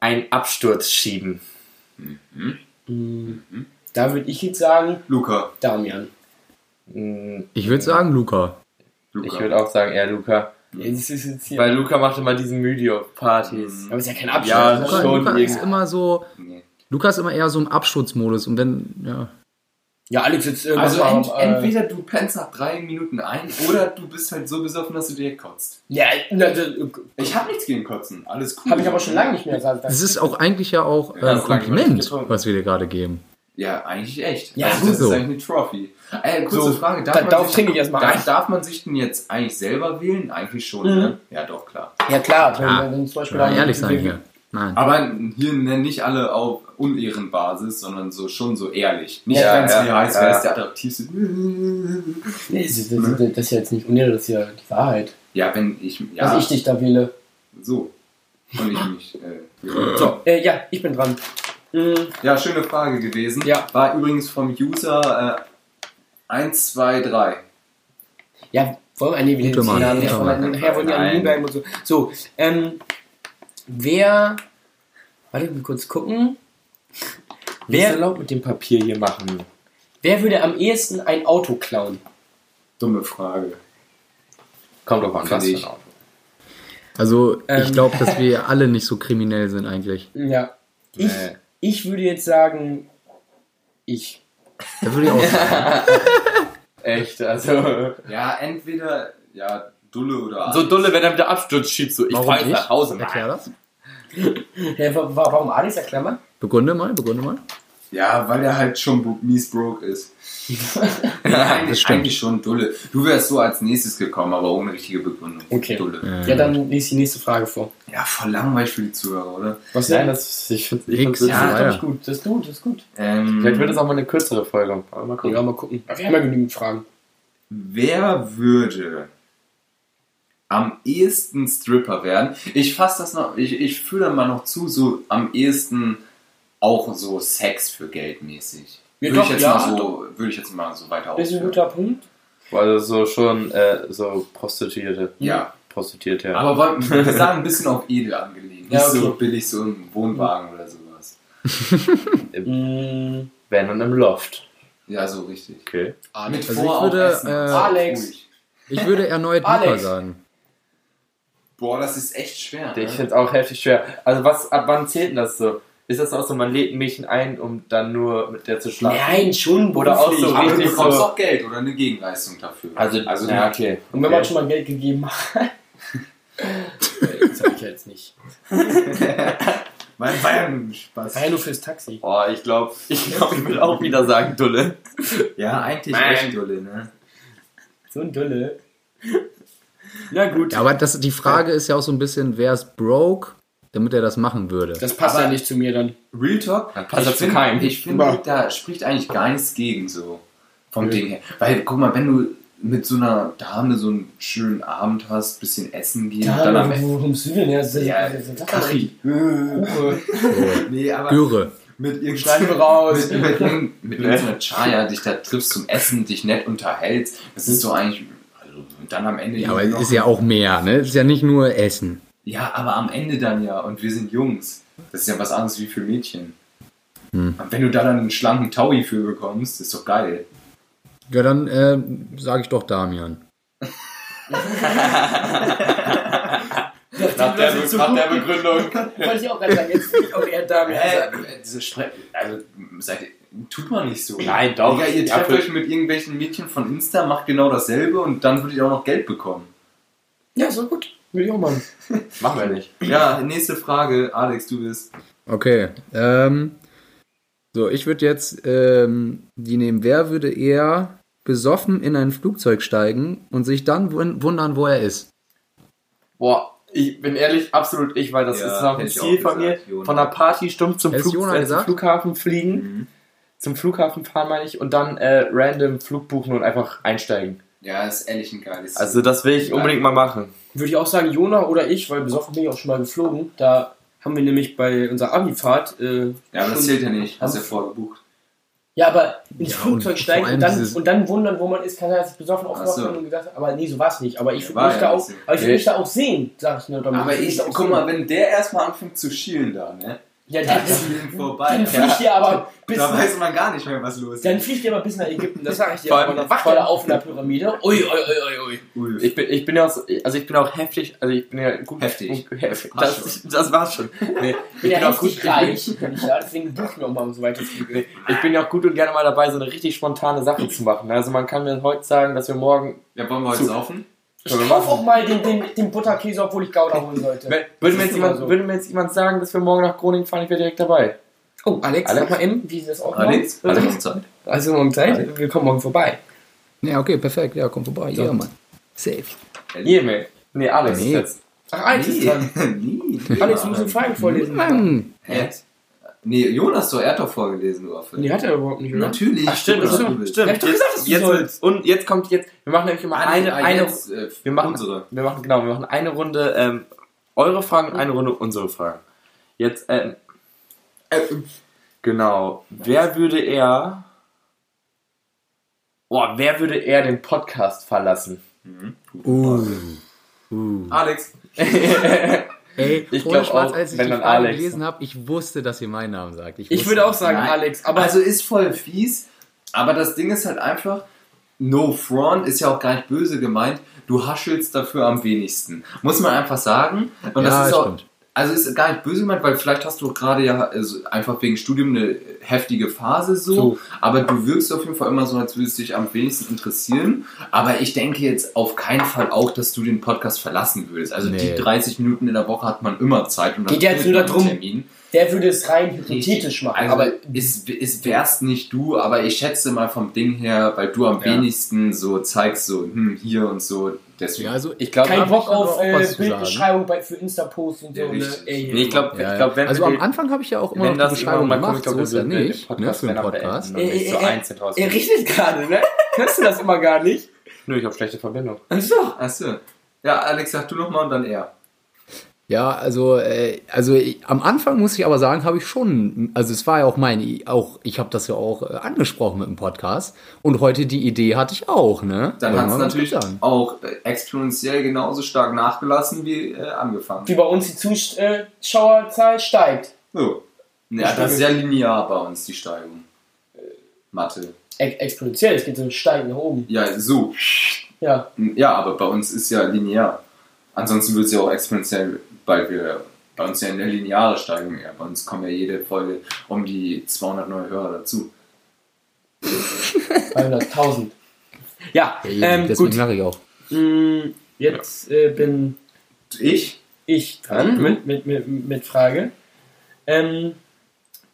Speaker 1: einen Absturz schieben?
Speaker 3: Da würde ich jetzt sagen,
Speaker 2: Luca.
Speaker 3: Damian.
Speaker 1: Mm,
Speaker 4: Ich würde sagen, Luca.
Speaker 2: Luca.
Speaker 1: Ich würde auch sagen, eher Luca.
Speaker 3: Jetzt ist es jetzt hier.
Speaker 1: Weil Luca macht immer diesen Müde auf Partys.
Speaker 3: aber es ist ja kein
Speaker 1: Ja,
Speaker 3: Abstand.
Speaker 1: das
Speaker 4: Luca,
Speaker 1: schon
Speaker 4: Luca ist
Speaker 1: irgendwie.
Speaker 4: immer so.
Speaker 2: Nee.
Speaker 4: Luca ist immer eher so im Abschutzmodus und wenn, ja.
Speaker 3: Ja, Alex, jetzt äh,
Speaker 2: Also
Speaker 3: mach mal,
Speaker 2: ent,
Speaker 3: äh,
Speaker 2: entweder du pennst nach drei Minuten ein oder du bist halt so besoffen, dass du direkt kotzt.
Speaker 3: Ja, na, das, äh,
Speaker 2: Ich habe nichts gegen Kotzen, alles cool.
Speaker 3: habe ich aber schon lange nicht mehr gesagt.
Speaker 4: Es ist auch eigentlich ja auch äh,
Speaker 1: Ja,
Speaker 4: ein
Speaker 1: das lange nicht
Speaker 4: Kompliment,
Speaker 1: getrunken.
Speaker 4: was wir dir gerade geben.
Speaker 2: Ja, eigentlich echt.
Speaker 3: Ja,
Speaker 2: also,
Speaker 3: gut
Speaker 2: das
Speaker 4: so.
Speaker 2: ist eigentlich eine Trophy. Äh, kurze
Speaker 3: So,
Speaker 2: Frage,
Speaker 3: da-
Speaker 2: darf,
Speaker 3: darauf
Speaker 2: man
Speaker 3: trinke
Speaker 2: sich,
Speaker 3: ich erstmal ein.
Speaker 2: darf, darf man sich denn jetzt eigentlich selber wählen? Eigentlich schon,
Speaker 3: Mhm.
Speaker 2: ne? Ja, doch, klar.
Speaker 3: Ja, klar.
Speaker 4: Ja.
Speaker 3: Wenn, wenn zum Beispiel
Speaker 4: Ja,
Speaker 3: dann-
Speaker 4: ehrlich sein hier. Nein.
Speaker 2: Aber hier nennen nicht alle auf Unehrenbasis, sondern so schon so ehrlich. Nicht
Speaker 1: Ja,
Speaker 2: ganz
Speaker 1: ja,
Speaker 2: wie heiß,
Speaker 1: ja.
Speaker 2: wer ist der attraktivste.
Speaker 3: Nee, das, ist- das, ist- das ist ja jetzt nicht unnäher, das ist ja die Wahrheit.
Speaker 2: Ja, wenn ich.
Speaker 3: Dass
Speaker 2: Ja,
Speaker 1: Also
Speaker 3: ich dich da wähle.
Speaker 2: so. Und ich mich. Äh,
Speaker 3: So, äh, ja, ich bin dran. Mhm.
Speaker 2: Ja, schöne Frage gewesen.
Speaker 3: Ja.
Speaker 2: War übrigens vom User äh, 1, 2, 3.
Speaker 3: Ja, wollen wir nee, wieder
Speaker 4: Guter
Speaker 3: den
Speaker 4: Mann,
Speaker 3: Namen nicht
Speaker 4: guter
Speaker 3: verwenden.
Speaker 2: Mann.
Speaker 3: Nachher wollen die an
Speaker 2: Nein.
Speaker 3: Nürnberg und so. So, ähm, wer. Warte, ich will kurz gucken.
Speaker 1: Wer
Speaker 3: Wer,
Speaker 1: erlaubt mit dem Papier hier machen?
Speaker 3: wer würde am ehesten ein Auto klauen?
Speaker 2: Dumme Frage.
Speaker 1: Kommt doch an,
Speaker 2: Finde
Speaker 1: was für ein
Speaker 2: ich.
Speaker 1: Auto.
Speaker 4: Also ich
Speaker 3: Ähm.
Speaker 4: glaube, dass wir alle nicht so kriminell sind eigentlich.
Speaker 3: Ja. Ich,
Speaker 1: Nee.
Speaker 3: ich würde jetzt sagen, ich.
Speaker 4: Da würde ich auch sagen.
Speaker 1: Echt, also.
Speaker 2: Ja, entweder ja, Dulle oder
Speaker 1: *laughs*
Speaker 2: Alex.
Speaker 1: So dulle, wenn er mit der Absturz schiebt, so ich
Speaker 4: Warum
Speaker 1: fahre jetzt
Speaker 4: nicht?
Speaker 1: nach Hause. Mann.
Speaker 4: Erklär das.
Speaker 3: Hä, wa- wa- warum Adi sagt Klammer?
Speaker 4: Begründe mal, begründe mal.
Speaker 2: Ja, weil er halt schon bro- mies broke ist. ja,
Speaker 4: Das
Speaker 2: *laughs* eigentlich,
Speaker 4: stimmt.
Speaker 2: eigentlich schon Dulle. Du wärst so als nächstes gekommen, aber ohne richtige Begründung.
Speaker 3: Okay.
Speaker 2: Dulle.
Speaker 3: Ja, dann lies die nächste Frage vor.
Speaker 2: Ja, voll langweilig für die Zuhörer, oder?
Speaker 3: Was
Speaker 1: Nein,
Speaker 3: denn?
Speaker 1: das, ich finde ich
Speaker 4: Nix.
Speaker 1: find's witzig.
Speaker 2: Ja.
Speaker 3: das ist gut, das ist gut, das ist gut.
Speaker 2: Ähm,
Speaker 1: Vielleicht wird es auch mal eine kürzere Folge. Aber mal gucken.
Speaker 3: Ja, mal gucken. Wir haben ja genügend Fragen.
Speaker 2: Wer würde am ehesten Stripper werden? Ich fasse das noch, ich, ich fühle da mal noch zu, so am ehesten auch so Sex für Geld mäßig.
Speaker 3: Ja,
Speaker 2: würde,
Speaker 3: doch,
Speaker 2: ich jetzt
Speaker 3: ja.
Speaker 2: mal so, würde ich jetzt mal so weiter
Speaker 3: Das ist ein
Speaker 2: ausführen.
Speaker 3: guter Punkt.
Speaker 1: Also so schon äh, so Prostituierte.
Speaker 2: Ja,
Speaker 1: Prostituierte, ja.
Speaker 2: aber wollen- wir sagen ein bisschen auf edel angelegt. Nicht
Speaker 3: Ja, okay.
Speaker 2: so billig, so ein Wohnwagen oder sowas.
Speaker 3: Mm,
Speaker 1: Wenn und im Loft.
Speaker 2: Ja, so richtig.
Speaker 1: Okay.
Speaker 2: Mit
Speaker 4: Also ich
Speaker 2: Vor-
Speaker 4: würde,
Speaker 2: auch Essen.
Speaker 4: äh,
Speaker 3: Alex.
Speaker 2: Ruhig.
Speaker 4: Ich würde erneut Luca
Speaker 3: Alex.
Speaker 4: sagen.
Speaker 2: Boah, das ist echt schwer.
Speaker 1: Ich
Speaker 2: Ne?
Speaker 1: finde es auch heftig schwer. Also was, ab wann zählt denn das so? Ist das auch so, man lädt ein Mädchen ein, um dann nur mit der zu schlafen?
Speaker 3: Nein, schon.
Speaker 1: Oder auch so
Speaker 3: beruflich.
Speaker 2: Aber du
Speaker 1: richtig
Speaker 2: bekommst
Speaker 1: so-
Speaker 2: auch Geld oder eine Gegenleistung dafür.
Speaker 1: Also,
Speaker 2: also
Speaker 1: ja, okay.
Speaker 3: Und wenn man
Speaker 1: okay.
Speaker 3: schon mal Geld gegeben *laughs* hat. das hab ich ja jetzt nicht.
Speaker 2: mein Bayern Spaß.
Speaker 3: Das war ja nur fürs Taxi.
Speaker 1: Oh, ich glaube, ich, glaub, *laughs* ich will auch wieder sagen, Dulle.
Speaker 2: Ja, eigentlich
Speaker 1: Nein.
Speaker 2: echt Dulle, ne?
Speaker 3: So ein Dulle. Na gut.
Speaker 4: Ja, aber das, die Frage ist ja auch so ein bisschen, wer ist broke, damit er das machen würde.
Speaker 3: Das passt
Speaker 2: Aber-
Speaker 3: ja nicht zu mir dann.
Speaker 2: Real Talk,
Speaker 1: Dann passt er
Speaker 2: ich
Speaker 1: zu
Speaker 2: find-
Speaker 1: keinem.
Speaker 2: Ich
Speaker 3: Ja.
Speaker 2: finde, da spricht eigentlich gar nichts gegen so. Vom Ding her. Weil, guck mal, wenn du mit so einer Dame so einen schönen Abend hast, bisschen essen gehen, dann am Ende.
Speaker 3: warum Süden her?
Speaker 2: Ja,
Speaker 3: also,
Speaker 2: Kachi. Nee, aber
Speaker 4: Göre.
Speaker 2: mit
Speaker 3: Schneiden wir
Speaker 2: irgendeiner
Speaker 3: raus.
Speaker 2: mit, mit, irgend- mit irgendeiner Chaya dich da triffst zum Essen, dich nett unterhältst. Das ist so eigentlich. Also, und dann am Ende.
Speaker 4: Ja, aber
Speaker 2: noch-
Speaker 4: ist ja auch mehr, ne? Ist ja nicht nur Essen.
Speaker 2: Ja, aber am Ende dann ja. Und wir sind Jungs. Das ist ja was anderes wie für Mädchen. Und wenn du da dann einen schlanken Taui für bekommst, ist doch geil.
Speaker 4: Ja, dann äh, sage ich doch Damian.
Speaker 1: Nach der, nach der Begründung.
Speaker 2: *laughs*
Speaker 3: Wollte ich auch gerade sagen. Jetzt bin ich auch eher da.
Speaker 2: Äh, diese Spre also, seid ihr, tut man nicht so.
Speaker 1: Nein, doch.
Speaker 2: Digga, ihr
Speaker 1: Ja,
Speaker 2: trefft
Speaker 1: für-
Speaker 2: euch mit irgendwelchen Mädchen von Insta, macht genau dasselbe und dann würdet ihr auch noch Geld bekommen.
Speaker 3: Ja, so gut. Will ich auch machen.
Speaker 1: Machen wir nicht.
Speaker 2: Ja, nächste Frage. Alex, du bist.
Speaker 4: Okay. Ähm, so, ich würde jetzt ähm, die nehmen. Wer würde eher besoffen in ein Flugzeug steigen und sich dann wun- wundern, wo er ist?
Speaker 1: Boah, ich bin ehrlich, absolut ich, weil das
Speaker 2: Ja,
Speaker 1: ist noch ein
Speaker 2: hätte ich
Speaker 1: Ziel
Speaker 2: auch
Speaker 1: von mir.
Speaker 2: gesagt, Jona.
Speaker 1: Von der Party stumpf zum,
Speaker 4: Hättest
Speaker 1: Flug,
Speaker 4: Jona
Speaker 1: äh, zum
Speaker 4: gesagt?
Speaker 1: Flughafen fliegen. Zum Flughafen fahren, meine ich. Und dann äh, random Flug buchen und einfach einsteigen.
Speaker 2: Ja, ist ehrlich ein geiles
Speaker 1: Also das will ich unbedingt mal machen.
Speaker 3: Würde ich auch sagen, Jona oder ich, weil besoffen bin ich auch schon mal geflogen. Da haben wir nämlich bei unserer Abi-Fahrt. Äh,
Speaker 2: Ja, aber das
Speaker 3: schon-
Speaker 2: zählt ja nicht. Hast du ja vorgebucht.
Speaker 3: Ja, aber ins
Speaker 4: Ja,
Speaker 3: Flugzeug
Speaker 4: und
Speaker 3: steigen
Speaker 4: vor
Speaker 3: und
Speaker 4: allem
Speaker 3: dann,
Speaker 4: dieses-
Speaker 3: und dann wundern, wo man ist, kann er sich besoffen aufwachen
Speaker 2: Ach so.
Speaker 3: und gedacht, aber nee, so war es nicht. Aber ich
Speaker 2: Ja,
Speaker 3: würde
Speaker 2: war
Speaker 3: mich,
Speaker 2: ja
Speaker 3: da
Speaker 2: nicht
Speaker 3: auch-
Speaker 2: so.
Speaker 3: aber ich würd
Speaker 1: Nee.
Speaker 3: mich da auch sehen, sag ich nur damit.
Speaker 2: Aber
Speaker 3: würd mich
Speaker 2: ich,
Speaker 3: da auch
Speaker 2: guck
Speaker 3: sehen.
Speaker 2: mal, wenn der erstmal anfängt zu schielen da, ne?
Speaker 3: Ja,
Speaker 2: Da *laughs*
Speaker 3: dann,
Speaker 2: ist vorbei.
Speaker 3: dann fliegt ihr aber bis
Speaker 2: Da weiß man gar nicht mehr, was los
Speaker 3: dann
Speaker 2: ist.
Speaker 3: fliegt ihr aber bis nach Ägypten, das sage ich dir.
Speaker 1: Vor allem-
Speaker 3: Und dann wacht ihr da auf in der Pyramide. Ui, ui, ui, ui, ui.
Speaker 2: Ulf.
Speaker 1: Ich bin, ich bin ja auch, so- also ich bin auch heftig, also ich bin ja gut.
Speaker 2: Heftig.
Speaker 1: Hef,
Speaker 2: War's
Speaker 1: das, das war's schon. Nee, ich
Speaker 3: Ich bin ja
Speaker 1: auch
Speaker 3: richtig
Speaker 1: *laughs*
Speaker 3: reich, bin ich *laughs* ja. Deswegen buch mir auch mal so weit es geht.
Speaker 1: Ich bin ja auch gut und gerne mal dabei, so eine richtig spontane Sache zu machen. Also man kann mir heute sagen, dass wir morgen.
Speaker 2: Ja, wollen wir heute
Speaker 1: Zu-
Speaker 2: saufen?
Speaker 3: Ich kauf auch mal den, den, den Butterkäse, obwohl ich Gouda holen sollte.
Speaker 1: Wenn- Würde mir,
Speaker 3: Das
Speaker 1: jetzt
Speaker 3: ist
Speaker 1: jemand,
Speaker 3: immer so.
Speaker 1: würde mir jetzt jemand sagen, dass wir morgen nach Groningen fahren, ich wäre direkt dabei.
Speaker 3: Oh, Alex,
Speaker 1: Alex?
Speaker 3: Alex. mal eben, wie sie das auch
Speaker 2: Alex?
Speaker 3: machen.
Speaker 2: Alex, Zeit.
Speaker 3: Also morgen Zeit, wir kommen morgen vorbei.
Speaker 4: Ja, okay, perfekt. Ja, komm vorbei. Ja, Mann. Safe.
Speaker 1: Emil. Nee, Alex
Speaker 4: Nee.
Speaker 1: ist jetzt.
Speaker 3: Ach, Alex ist
Speaker 2: *laughs*
Speaker 3: dran.
Speaker 2: Nee.
Speaker 3: Alex, du musst den Fragen vorlesen.
Speaker 4: Mann.
Speaker 2: Hä? Nee, Jonas, doch, er hat doch vorgelesen, du Affe.
Speaker 3: Die hat er überhaupt nicht, ne? oder?
Speaker 2: Natürlich.
Speaker 1: Ach stimmt,
Speaker 2: Jonas,
Speaker 1: stimmt,
Speaker 2: du bist-
Speaker 1: stimmt.
Speaker 3: Ich hab doch gesagt, dass du
Speaker 1: jetzt,
Speaker 3: sollst.
Speaker 1: Und jetzt kommt jetzt, wir machen nämlich immer
Speaker 2: Ah,
Speaker 1: eine,
Speaker 2: ah,
Speaker 1: eine,
Speaker 2: jetzt, äh,
Speaker 1: wir machen
Speaker 2: unsere.
Speaker 1: wir machen genau, wir machen eine Runde ähm, eure Fragen und eine Runde unsere Fragen. Jetzt ähm, äh, genau, wer würde er Boah, wer würde er den Podcast verlassen?
Speaker 4: Uh. Uh.
Speaker 2: Alex.
Speaker 4: Ey,
Speaker 1: Ich
Speaker 4: ohne
Speaker 1: glaub
Speaker 4: Spaß,
Speaker 1: auch,
Speaker 4: als ich
Speaker 1: wenn
Speaker 4: die
Speaker 1: dann
Speaker 4: Frage
Speaker 1: Alex.
Speaker 4: gelesen habe, ich wusste, dass ihr meinen Namen sagt.
Speaker 3: Ich
Speaker 4: wusste
Speaker 3: würde auch
Speaker 4: es.
Speaker 3: sagen,
Speaker 2: Nein.
Speaker 3: Alex, aber
Speaker 2: also ist voll fies, aber das Ding ist halt einfach, no front ist ja auch gar nicht böse gemeint, du haschelst dafür am wenigsten. Muss man einfach sagen. Und
Speaker 4: Ja,
Speaker 2: das ist auch,
Speaker 4: stimmt.
Speaker 2: Also ist gar nicht böse gemeint, weil vielleicht hast du auch gerade ja also einfach wegen Studium eine heftige Phase so,
Speaker 1: So.
Speaker 2: aber du wirkst auf jeden Fall immer so, als würdest du dich am wenigsten interessieren. Aber ich denke jetzt auf keinen Fall auch, dass du den Podcast verlassen würdest. Also
Speaker 4: Nee.
Speaker 2: die 30 Minuten in der Woche hat man immer Zeit und dann
Speaker 3: Geht ja jetzt
Speaker 2: findet
Speaker 3: nur
Speaker 2: man
Speaker 3: darum,
Speaker 2: einen Termin.
Speaker 3: der würde es rein hypothetisch machen.
Speaker 2: Also,
Speaker 3: aber
Speaker 2: aber es, es wärst nicht du, aber ich schätze mal vom Ding her, weil du am
Speaker 1: Ja.
Speaker 2: wenigsten so zeigst, so hm, hier und so. Deswegen.
Speaker 4: Ja, also ich
Speaker 1: glaube,
Speaker 4: da
Speaker 3: kein
Speaker 4: hab
Speaker 3: Bock
Speaker 4: ich aber
Speaker 3: auf
Speaker 4: auch was
Speaker 3: äh,
Speaker 4: zu
Speaker 3: Bildbeschreibung bei, für Insta-Posts und so.
Speaker 2: Ja,
Speaker 3: ne?
Speaker 2: richtig.
Speaker 3: Ey,
Speaker 1: Nee, ich glaube,
Speaker 4: Ja,
Speaker 1: ich
Speaker 4: ja.
Speaker 1: glaub, wenn
Speaker 4: also
Speaker 1: wir
Speaker 4: am
Speaker 1: den-
Speaker 4: Anfang habe ich ja auch immer
Speaker 1: wenn
Speaker 4: noch die
Speaker 1: das irgendwann
Speaker 4: Beschreibung
Speaker 1: mal kommt,
Speaker 4: gemacht,
Speaker 1: ich glaub,
Speaker 4: so
Speaker 1: wir
Speaker 4: ist ja
Speaker 1: würden den
Speaker 4: nicht, ne,
Speaker 1: Podcast
Speaker 4: für einen
Speaker 1: dann auch
Speaker 4: Podcast.
Speaker 1: beenden und nicht
Speaker 3: Äh,
Speaker 1: so
Speaker 3: äh, äh,
Speaker 1: einzeln
Speaker 3: Er
Speaker 1: rausgehen.
Speaker 3: redet gerade, ne? Hörst du das immer gar nicht?
Speaker 1: Nö, ich habe schlechte Verbindung.
Speaker 3: Achso.
Speaker 2: Achso. Ja, Alex, sag du nochmal und dann er.
Speaker 4: Ja, also, äh, also ich, am Anfang muss ich aber sagen, habe ich schon, also es war ja auch mein, i- auch ich habe das ja auch äh, angesprochen mit dem Podcast und heute die Idee hatte ich auch, ne?
Speaker 2: Dann hat
Speaker 4: Wollen wir
Speaker 2: es
Speaker 4: mal ganz
Speaker 2: natürlich
Speaker 4: kurz sagen.
Speaker 2: auch äh, exponentiell genauso stark nachgelassen wie äh, angefangen.
Speaker 3: Wie bei uns die Zuschauerzahl steigt.
Speaker 2: So. Ja, das ist sehr linear bei uns, die Steigung. Äh, Mathe.
Speaker 3: E exponentiell, es geht so steigend nach oben.
Speaker 2: Ja, so.
Speaker 3: Ja.
Speaker 2: Ja, aber bei uns ist ja linear. Ansonsten wird es ja auch exponentiell, weil wir bei uns ja eine lineare Steigung eher. Bei uns kommen ja jede Folge um die 200 neue Hörer dazu.
Speaker 3: 300.000. Ja,
Speaker 4: Ja, eben,
Speaker 3: ähm,
Speaker 4: deswegen
Speaker 3: gut.
Speaker 4: lache ich auch.
Speaker 3: Mm, Jetzt äh, bin
Speaker 2: Ich?
Speaker 3: ich dran mit, mit, mit, mit Frage. Ähm,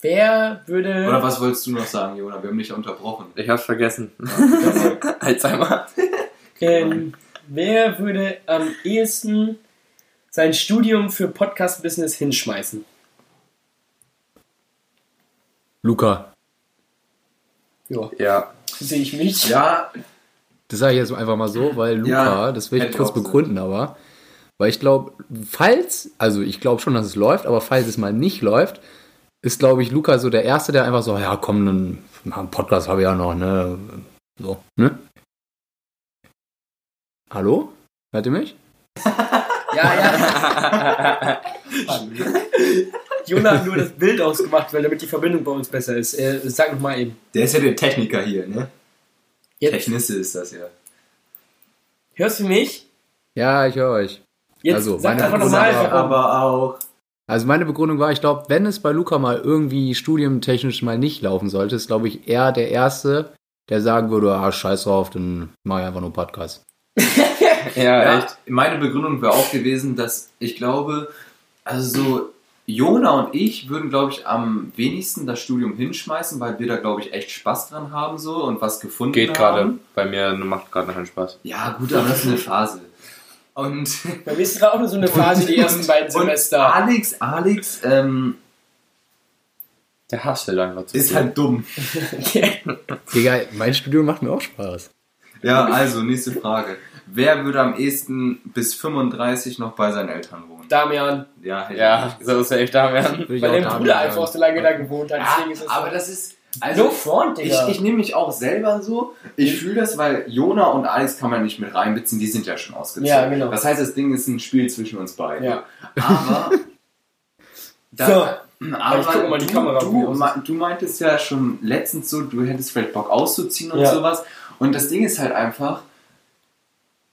Speaker 3: wer würde.
Speaker 2: Oder was wolltest du noch sagen, Jona? Wir haben dich ja unterbrochen.
Speaker 1: Ich hab's vergessen. Alzheimer.
Speaker 3: Ähm, wer würde am ehesten sein Studium für Podcast-Business hinschmeißen?
Speaker 4: Luca,
Speaker 3: Ja,
Speaker 1: Ja.
Speaker 3: sehe ich mich.
Speaker 2: Ja,
Speaker 4: das sage ich jetzt einfach mal so, weil Luca,
Speaker 2: Ja,
Speaker 4: das will
Speaker 2: hätte
Speaker 4: ich
Speaker 2: ich
Speaker 4: kurz
Speaker 2: auch gesagt.
Speaker 4: begründen, aber weil ich glaube, falls, also ich glaube schon, dass es läuft, aber falls es mal nicht läuft, ist glaube ich Luca so der Erste, der einfach so, ja komm, dann na, einen Podcast habe ich ja noch, ne? So, ne? Hallo? Hört ihr mich?
Speaker 3: Ja, ja. Jona hat nur das Bild ausgemacht, weil damit die Verbindung bei uns besser ist. Äh, sag noch mal eben.
Speaker 2: der ist ja der Techniker hier, ne?
Speaker 3: Jetzt,
Speaker 2: Technisse ist das ja.
Speaker 3: hörst du mich?
Speaker 4: Ja, ich höre euch.
Speaker 3: Jetzt
Speaker 4: Also,
Speaker 3: sag
Speaker 4: meine
Speaker 3: einfach
Speaker 4: Frage
Speaker 3: nochmal.
Speaker 4: war-
Speaker 3: warum.
Speaker 2: auch.
Speaker 4: Also meine Begründung war, ich glaube, wenn es bei Luca mal irgendwie studiumtechnisch mal nicht laufen sollte, ist glaube ich er der Erste, der sagen würde, ah scheiß drauf, dann mache ich einfach nur Podcast.
Speaker 1: Ja,
Speaker 2: Ja,
Speaker 1: echt.
Speaker 2: Meine Begründung wäre auch gewesen, dass ich glaube, also so Jona und ich würden, glaube ich, am wenigsten das Studium hinschmeißen, weil wir da, glaube ich, echt Spaß dran haben so und was gefunden
Speaker 1: Geht gerade.
Speaker 2: haben.
Speaker 1: Bei mir macht gerade noch keinen Spaß.
Speaker 2: Ja, gut, aber das ist eine Phase.
Speaker 3: *laughs*
Speaker 2: Und
Speaker 3: Bei mir ist gerade auch nur so eine Phase, Also
Speaker 2: *laughs*
Speaker 3: die ersten beiden
Speaker 2: und
Speaker 3: Semester.
Speaker 2: Alex, Alex ähm,
Speaker 1: Der Haarstelle einfach zu
Speaker 2: ist
Speaker 1: viel.
Speaker 2: halt dumm.
Speaker 4: Digga, mein Studium macht mir auch Spaß.
Speaker 2: Ja, also nächste Frage. Wer würde am ehesten bis 35 noch bei seinen Eltern wohnen?
Speaker 3: Damian,
Speaker 2: Ja, hätte
Speaker 1: ja, so ist er echt da werden.
Speaker 4: *laughs* Würde ich
Speaker 3: weil
Speaker 4: auch
Speaker 3: dein
Speaker 4: da
Speaker 3: Bruder
Speaker 4: sagen.
Speaker 3: einfach so lange da gewohnt hat.
Speaker 2: Ja,
Speaker 3: Deswegen ist es
Speaker 2: aber
Speaker 3: so.
Speaker 2: das ist. Also,
Speaker 3: No front,
Speaker 2: ich,
Speaker 3: Digga. Mhm.
Speaker 2: ich nehme mich auch selber so. Ich fühle das, weil Jona und Alex kann man nicht mit reinbeziehen, die sind ja schon ausgezogen.
Speaker 3: Ja, genau. *laughs*
Speaker 2: Das heißt, das Ding ist ein Spiel zwischen uns beiden.
Speaker 3: Ja.
Speaker 2: Aber. da,
Speaker 3: So.
Speaker 2: Aber
Speaker 3: ich guck mal die
Speaker 2: du,
Speaker 3: Kamera, wie
Speaker 2: du,
Speaker 3: aus
Speaker 2: me- du meintest ja schon letztens so, du hättest vielleicht Bock auszuziehen und
Speaker 3: Ja.
Speaker 2: sowas. Und das Ding ist halt einfach,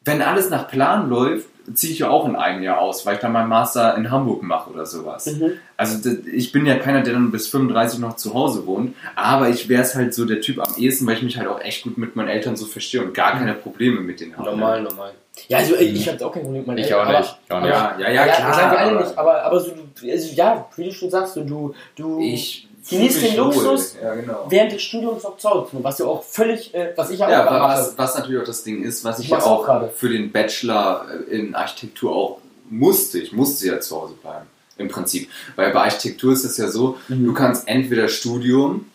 Speaker 2: wenn alles nach Plan läuft, ziehe ich ja auch in einem Jahr aus, weil ich dann meinen Master in Hamburg mache oder sowas.
Speaker 3: Mhm.
Speaker 2: Also d- ich bin ja keiner, der dann bis 35 noch zu Hause wohnt, aber ich wäre es halt so der Typ am ehesten, weil ich mich halt auch echt gut mit meinen Eltern so verstehe und gar keine Probleme mit denen habe.
Speaker 3: Normal, normal. Mhm. Ja, also ey, ich habe auch kein Problem mit meinen
Speaker 1: Ich auch
Speaker 3: Eltern,
Speaker 1: nicht. Ich auch
Speaker 3: Aber,
Speaker 1: nicht.
Speaker 2: Ja, ja, ja,
Speaker 3: Ja,
Speaker 2: klar.
Speaker 3: sagen wir alle
Speaker 2: aber
Speaker 3: nicht, aber, aber so, du, also, ja, wie du schon sagst, so, du, du
Speaker 2: Ich
Speaker 3: Genieß
Speaker 2: fühl mich
Speaker 3: den
Speaker 2: wohl.
Speaker 3: Luxus.
Speaker 2: Ja, genau.
Speaker 3: während des Studiums noch zu Hause, was ja auch völlig, äh, was ich ja auch
Speaker 2: Ja, aber
Speaker 3: gemacht
Speaker 2: was,
Speaker 3: habe.
Speaker 2: was natürlich auch das Ding ist, was ich
Speaker 3: Ich
Speaker 2: ja
Speaker 3: mach's auch
Speaker 2: auch
Speaker 3: gerade.
Speaker 2: für den Bachelor äh, in Architektur auch musste. Ich musste ja zu Hause bleiben, im Prinzip. Weil bei Architektur ist es ja so,
Speaker 3: Mhm.
Speaker 2: du kannst entweder Studium,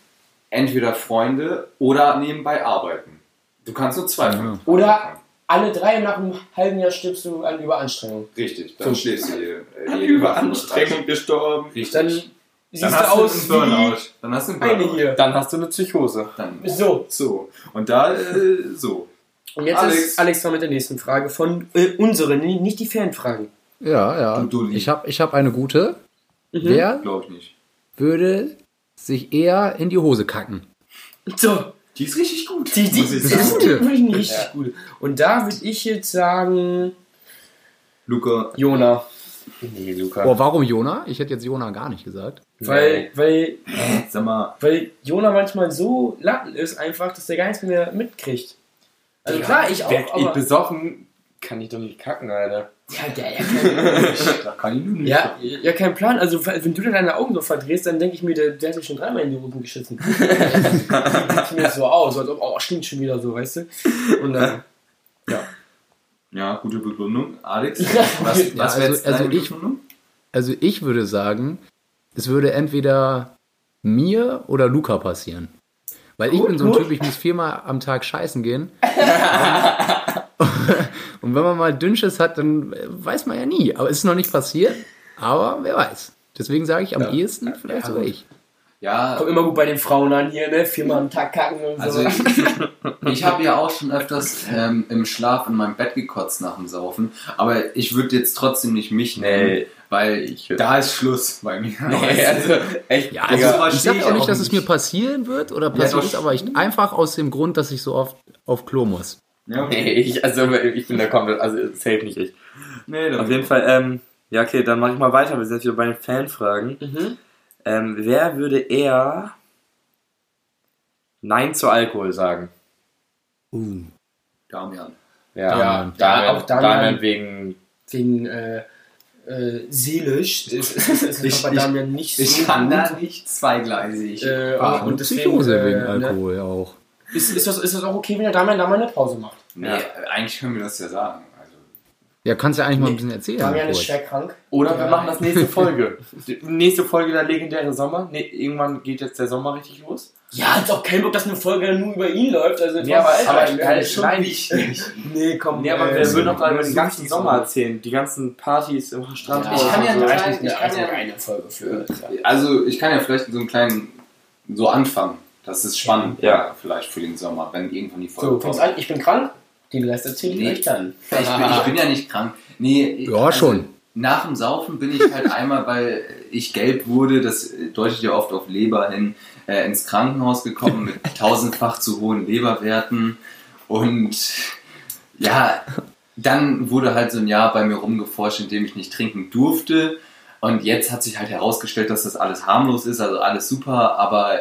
Speaker 2: entweder Freunde oder nebenbei arbeiten. Du kannst nur zwei.
Speaker 4: Ja.
Speaker 2: von-
Speaker 3: Oder alle drei nach einem halben Jahr stirbst du an Überanstrengung.
Speaker 2: Richtig, dann
Speaker 3: Fünf.
Speaker 2: schläfst du dir. äh,
Speaker 1: An
Speaker 2: jeden
Speaker 1: Überanstrengung gestorben.
Speaker 2: Abend. Richtig.
Speaker 3: Dann
Speaker 2: Dann,
Speaker 3: siehst du
Speaker 2: hast
Speaker 3: aus
Speaker 2: du einen
Speaker 3: wie
Speaker 2: Burnout. Dann hast du einen
Speaker 3: eine
Speaker 2: Burnout.
Speaker 3: hier.
Speaker 1: Dann hast du eine Psychose.
Speaker 2: Dann
Speaker 3: So,
Speaker 2: so. Und da äh, so.
Speaker 3: und jetzt
Speaker 2: Alex.
Speaker 3: ist Alex dran mit der nächsten Frage von äh, unseren, nicht die Fanfragen.
Speaker 4: Ja, ja.
Speaker 2: Du Dulli.
Speaker 4: Ich habe ich hab eine gute.
Speaker 3: Mhm.
Speaker 4: Wer
Speaker 2: Glaube ich nicht.
Speaker 4: würde sich eher in die Hose kacken?
Speaker 3: So,
Speaker 2: Die ist richtig gut.
Speaker 3: Die, die,
Speaker 2: muss ich
Speaker 3: das
Speaker 4: sagen.
Speaker 3: ist
Speaker 2: sagen.
Speaker 4: gute.
Speaker 3: wirklich eine richtig
Speaker 1: Ja.
Speaker 3: gute. Und da würde ich jetzt sagen,
Speaker 2: Luca,
Speaker 3: Jona.
Speaker 1: Nee, Luca.
Speaker 4: Oh, warum Jona? Ich hätte jetzt Jona gar nicht gesagt.
Speaker 3: Weil, weil,
Speaker 2: äh, sag mal.
Speaker 3: weil Jona manchmal so latten ist einfach, dass der gar nichts mehr mitkriegt. Also
Speaker 1: Ja,
Speaker 3: klar, ich auch,
Speaker 1: Werd ich
Speaker 3: aber...
Speaker 1: besoffen, kann ich doch nicht kacken, Alter.
Speaker 3: Ja, der, ja,
Speaker 2: *laughs*
Speaker 3: kein,
Speaker 2: Da kann ich nur nicht.
Speaker 3: ja, ja, kein Plan. Also wenn du dann deine Augen so verdrehst, dann denke ich mir, der, der hat sich schon dreimal in die
Speaker 2: *laughs*
Speaker 3: Hosen geschissen. Sieht mir so aus, als ob, oh, stinkt schon wieder so, weißt du? Und dann,
Speaker 2: Ja, gute Begründung. Alex,
Speaker 3: Ja.
Speaker 2: was, was
Speaker 4: Ja,
Speaker 2: wäre
Speaker 4: also-
Speaker 2: jetzt deine
Speaker 4: also ich-
Speaker 2: Begründung?
Speaker 4: Also ich würde sagen, es würde entweder mir oder Luca passieren. Weil ich
Speaker 3: Gut,
Speaker 4: bin so ein
Speaker 3: gut.
Speaker 4: Typ, ich muss viermal am Tag scheißen gehen. Und *laughs* wenn man mal Dünnschiss hat, dann äh, weiß man ja nie. Aber es ist noch nicht passiert. Aber wer weiß. Deswegen sage ich am ehesten vielleicht sogar ich.
Speaker 2: Ja,
Speaker 3: kommt immer gut bei den Frauen an hier, ne? Viermal am Tag kacken und so.
Speaker 2: also ich, ich *laughs* habe ja auch schon öfters ähm, im Schlaf in meinem Bett gekotzt nach dem Saufen, aber ich würde jetzt trotzdem nicht mich nennen,
Speaker 1: Nee.
Speaker 2: weil
Speaker 1: Ich-
Speaker 2: da ist Schluss bei mir. *laughs*
Speaker 1: Nee, also, echt.
Speaker 4: Ja,
Speaker 2: Digga,
Speaker 4: also ich
Speaker 2: verstehe
Speaker 4: sage
Speaker 2: ich
Speaker 4: auch
Speaker 2: auch
Speaker 4: nicht, dass es
Speaker 2: nicht.
Speaker 4: mir passieren wird oder passiert
Speaker 2: doch.
Speaker 4: ist, aber ich einfach aus dem Grund, dass ich so oft auf Klo muss.
Speaker 2: ja, okay.
Speaker 1: Nee, ich, also, ich bin da komplett, also, safe nicht ich.
Speaker 2: nee, dann-
Speaker 1: Auf jeden Fall, ähm, ja, okay, dann mache ich mal weiter. Wir sind jetzt wieder bei den Fanfragen.
Speaker 3: Mhm.
Speaker 1: Ähm, wer würde eher Nein zu Alkohol sagen?
Speaker 4: Uh.
Speaker 2: Damian.
Speaker 1: Ja,
Speaker 4: Ja,
Speaker 3: da- auch Damian.
Speaker 1: wegen.
Speaker 3: wegen äh, äh, seelisch ist, ist, ist
Speaker 2: Ich-
Speaker 3: ich, bei
Speaker 2: ich-
Speaker 3: Damian nicht so
Speaker 2: Ich kann
Speaker 3: gut.
Speaker 2: da nicht zweigleisig.
Speaker 3: Äh,
Speaker 4: Ah,
Speaker 3: und
Speaker 4: und
Speaker 3: deswegen,
Speaker 4: Psychose wegen
Speaker 3: äh, ne?
Speaker 4: Alkohol auch.
Speaker 3: Ist, ist, das, ist das auch okay, wenn der Damian da mal eine Pause macht?
Speaker 2: nee, eigentlich können wir das ja sagen. Also,
Speaker 4: Ja, kannst ja eigentlich mal
Speaker 3: Nee,
Speaker 4: ein bisschen erzählen.
Speaker 3: Damian ist
Speaker 4: kurz.
Speaker 3: schwer krank.
Speaker 1: Oder
Speaker 3: Ja.
Speaker 1: wir machen das nächste
Speaker 3: *laughs*
Speaker 1: Folge. Die nächste Folge der legendäre Sommer. Nee, irgendwann geht jetzt der Sommer richtig los.
Speaker 3: Ja, ist auch kein Bock, dass eine Folge nur über ihn läuft. Also,
Speaker 1: Nee, aber- halt
Speaker 3: Alter,
Speaker 1: aber-
Speaker 3: ich wär
Speaker 1: aber-
Speaker 3: nicht schon-
Speaker 1: Nein.
Speaker 2: wichtig.
Speaker 3: Nee,
Speaker 1: *laughs*
Speaker 3: komm.
Speaker 1: Nee, aber
Speaker 3: äh,
Speaker 1: wir würden doch gerade über den
Speaker 2: so
Speaker 1: ganzen
Speaker 2: richtig
Speaker 1: Sommer
Speaker 2: so.
Speaker 1: erzählen. Die ganzen Partys im Strand.
Speaker 3: ja,
Speaker 2: Ich kann ja
Speaker 3: also,
Speaker 2: nur
Speaker 3: ich
Speaker 2: sagen,
Speaker 3: nicht,
Speaker 2: ich kann
Speaker 3: also
Speaker 2: ja-
Speaker 3: eine Folge für.
Speaker 2: Also ich kann ja vielleicht so einen kleinen so anfangen. Das ist spannend,
Speaker 1: Ja.
Speaker 2: ja, vielleicht für den Sommer, wenn irgendwann die
Speaker 3: So,
Speaker 2: Folge
Speaker 3: fängst
Speaker 2: kommt.
Speaker 3: an, ich bin krank. Den Rest erzähle ich
Speaker 2: Nee.
Speaker 3: euch dann.
Speaker 2: Ich bin, ich bin ja nicht krank. Nee, also
Speaker 4: Ja, schon.
Speaker 2: Nach dem Saufen bin ich halt einmal, weil ich gelb wurde, das deutet ja oft auf Leber hin, äh, ins Krankenhaus gekommen mit
Speaker 4: *laughs*
Speaker 2: tausendfach zu hohen Leberwerten. Und ja, dann wurde halt so ein Jahr bei mir rumgeforscht, in dem ich nicht trinken durfte. Und jetzt hat sich halt herausgestellt, dass das alles harmlos ist, also alles super, aber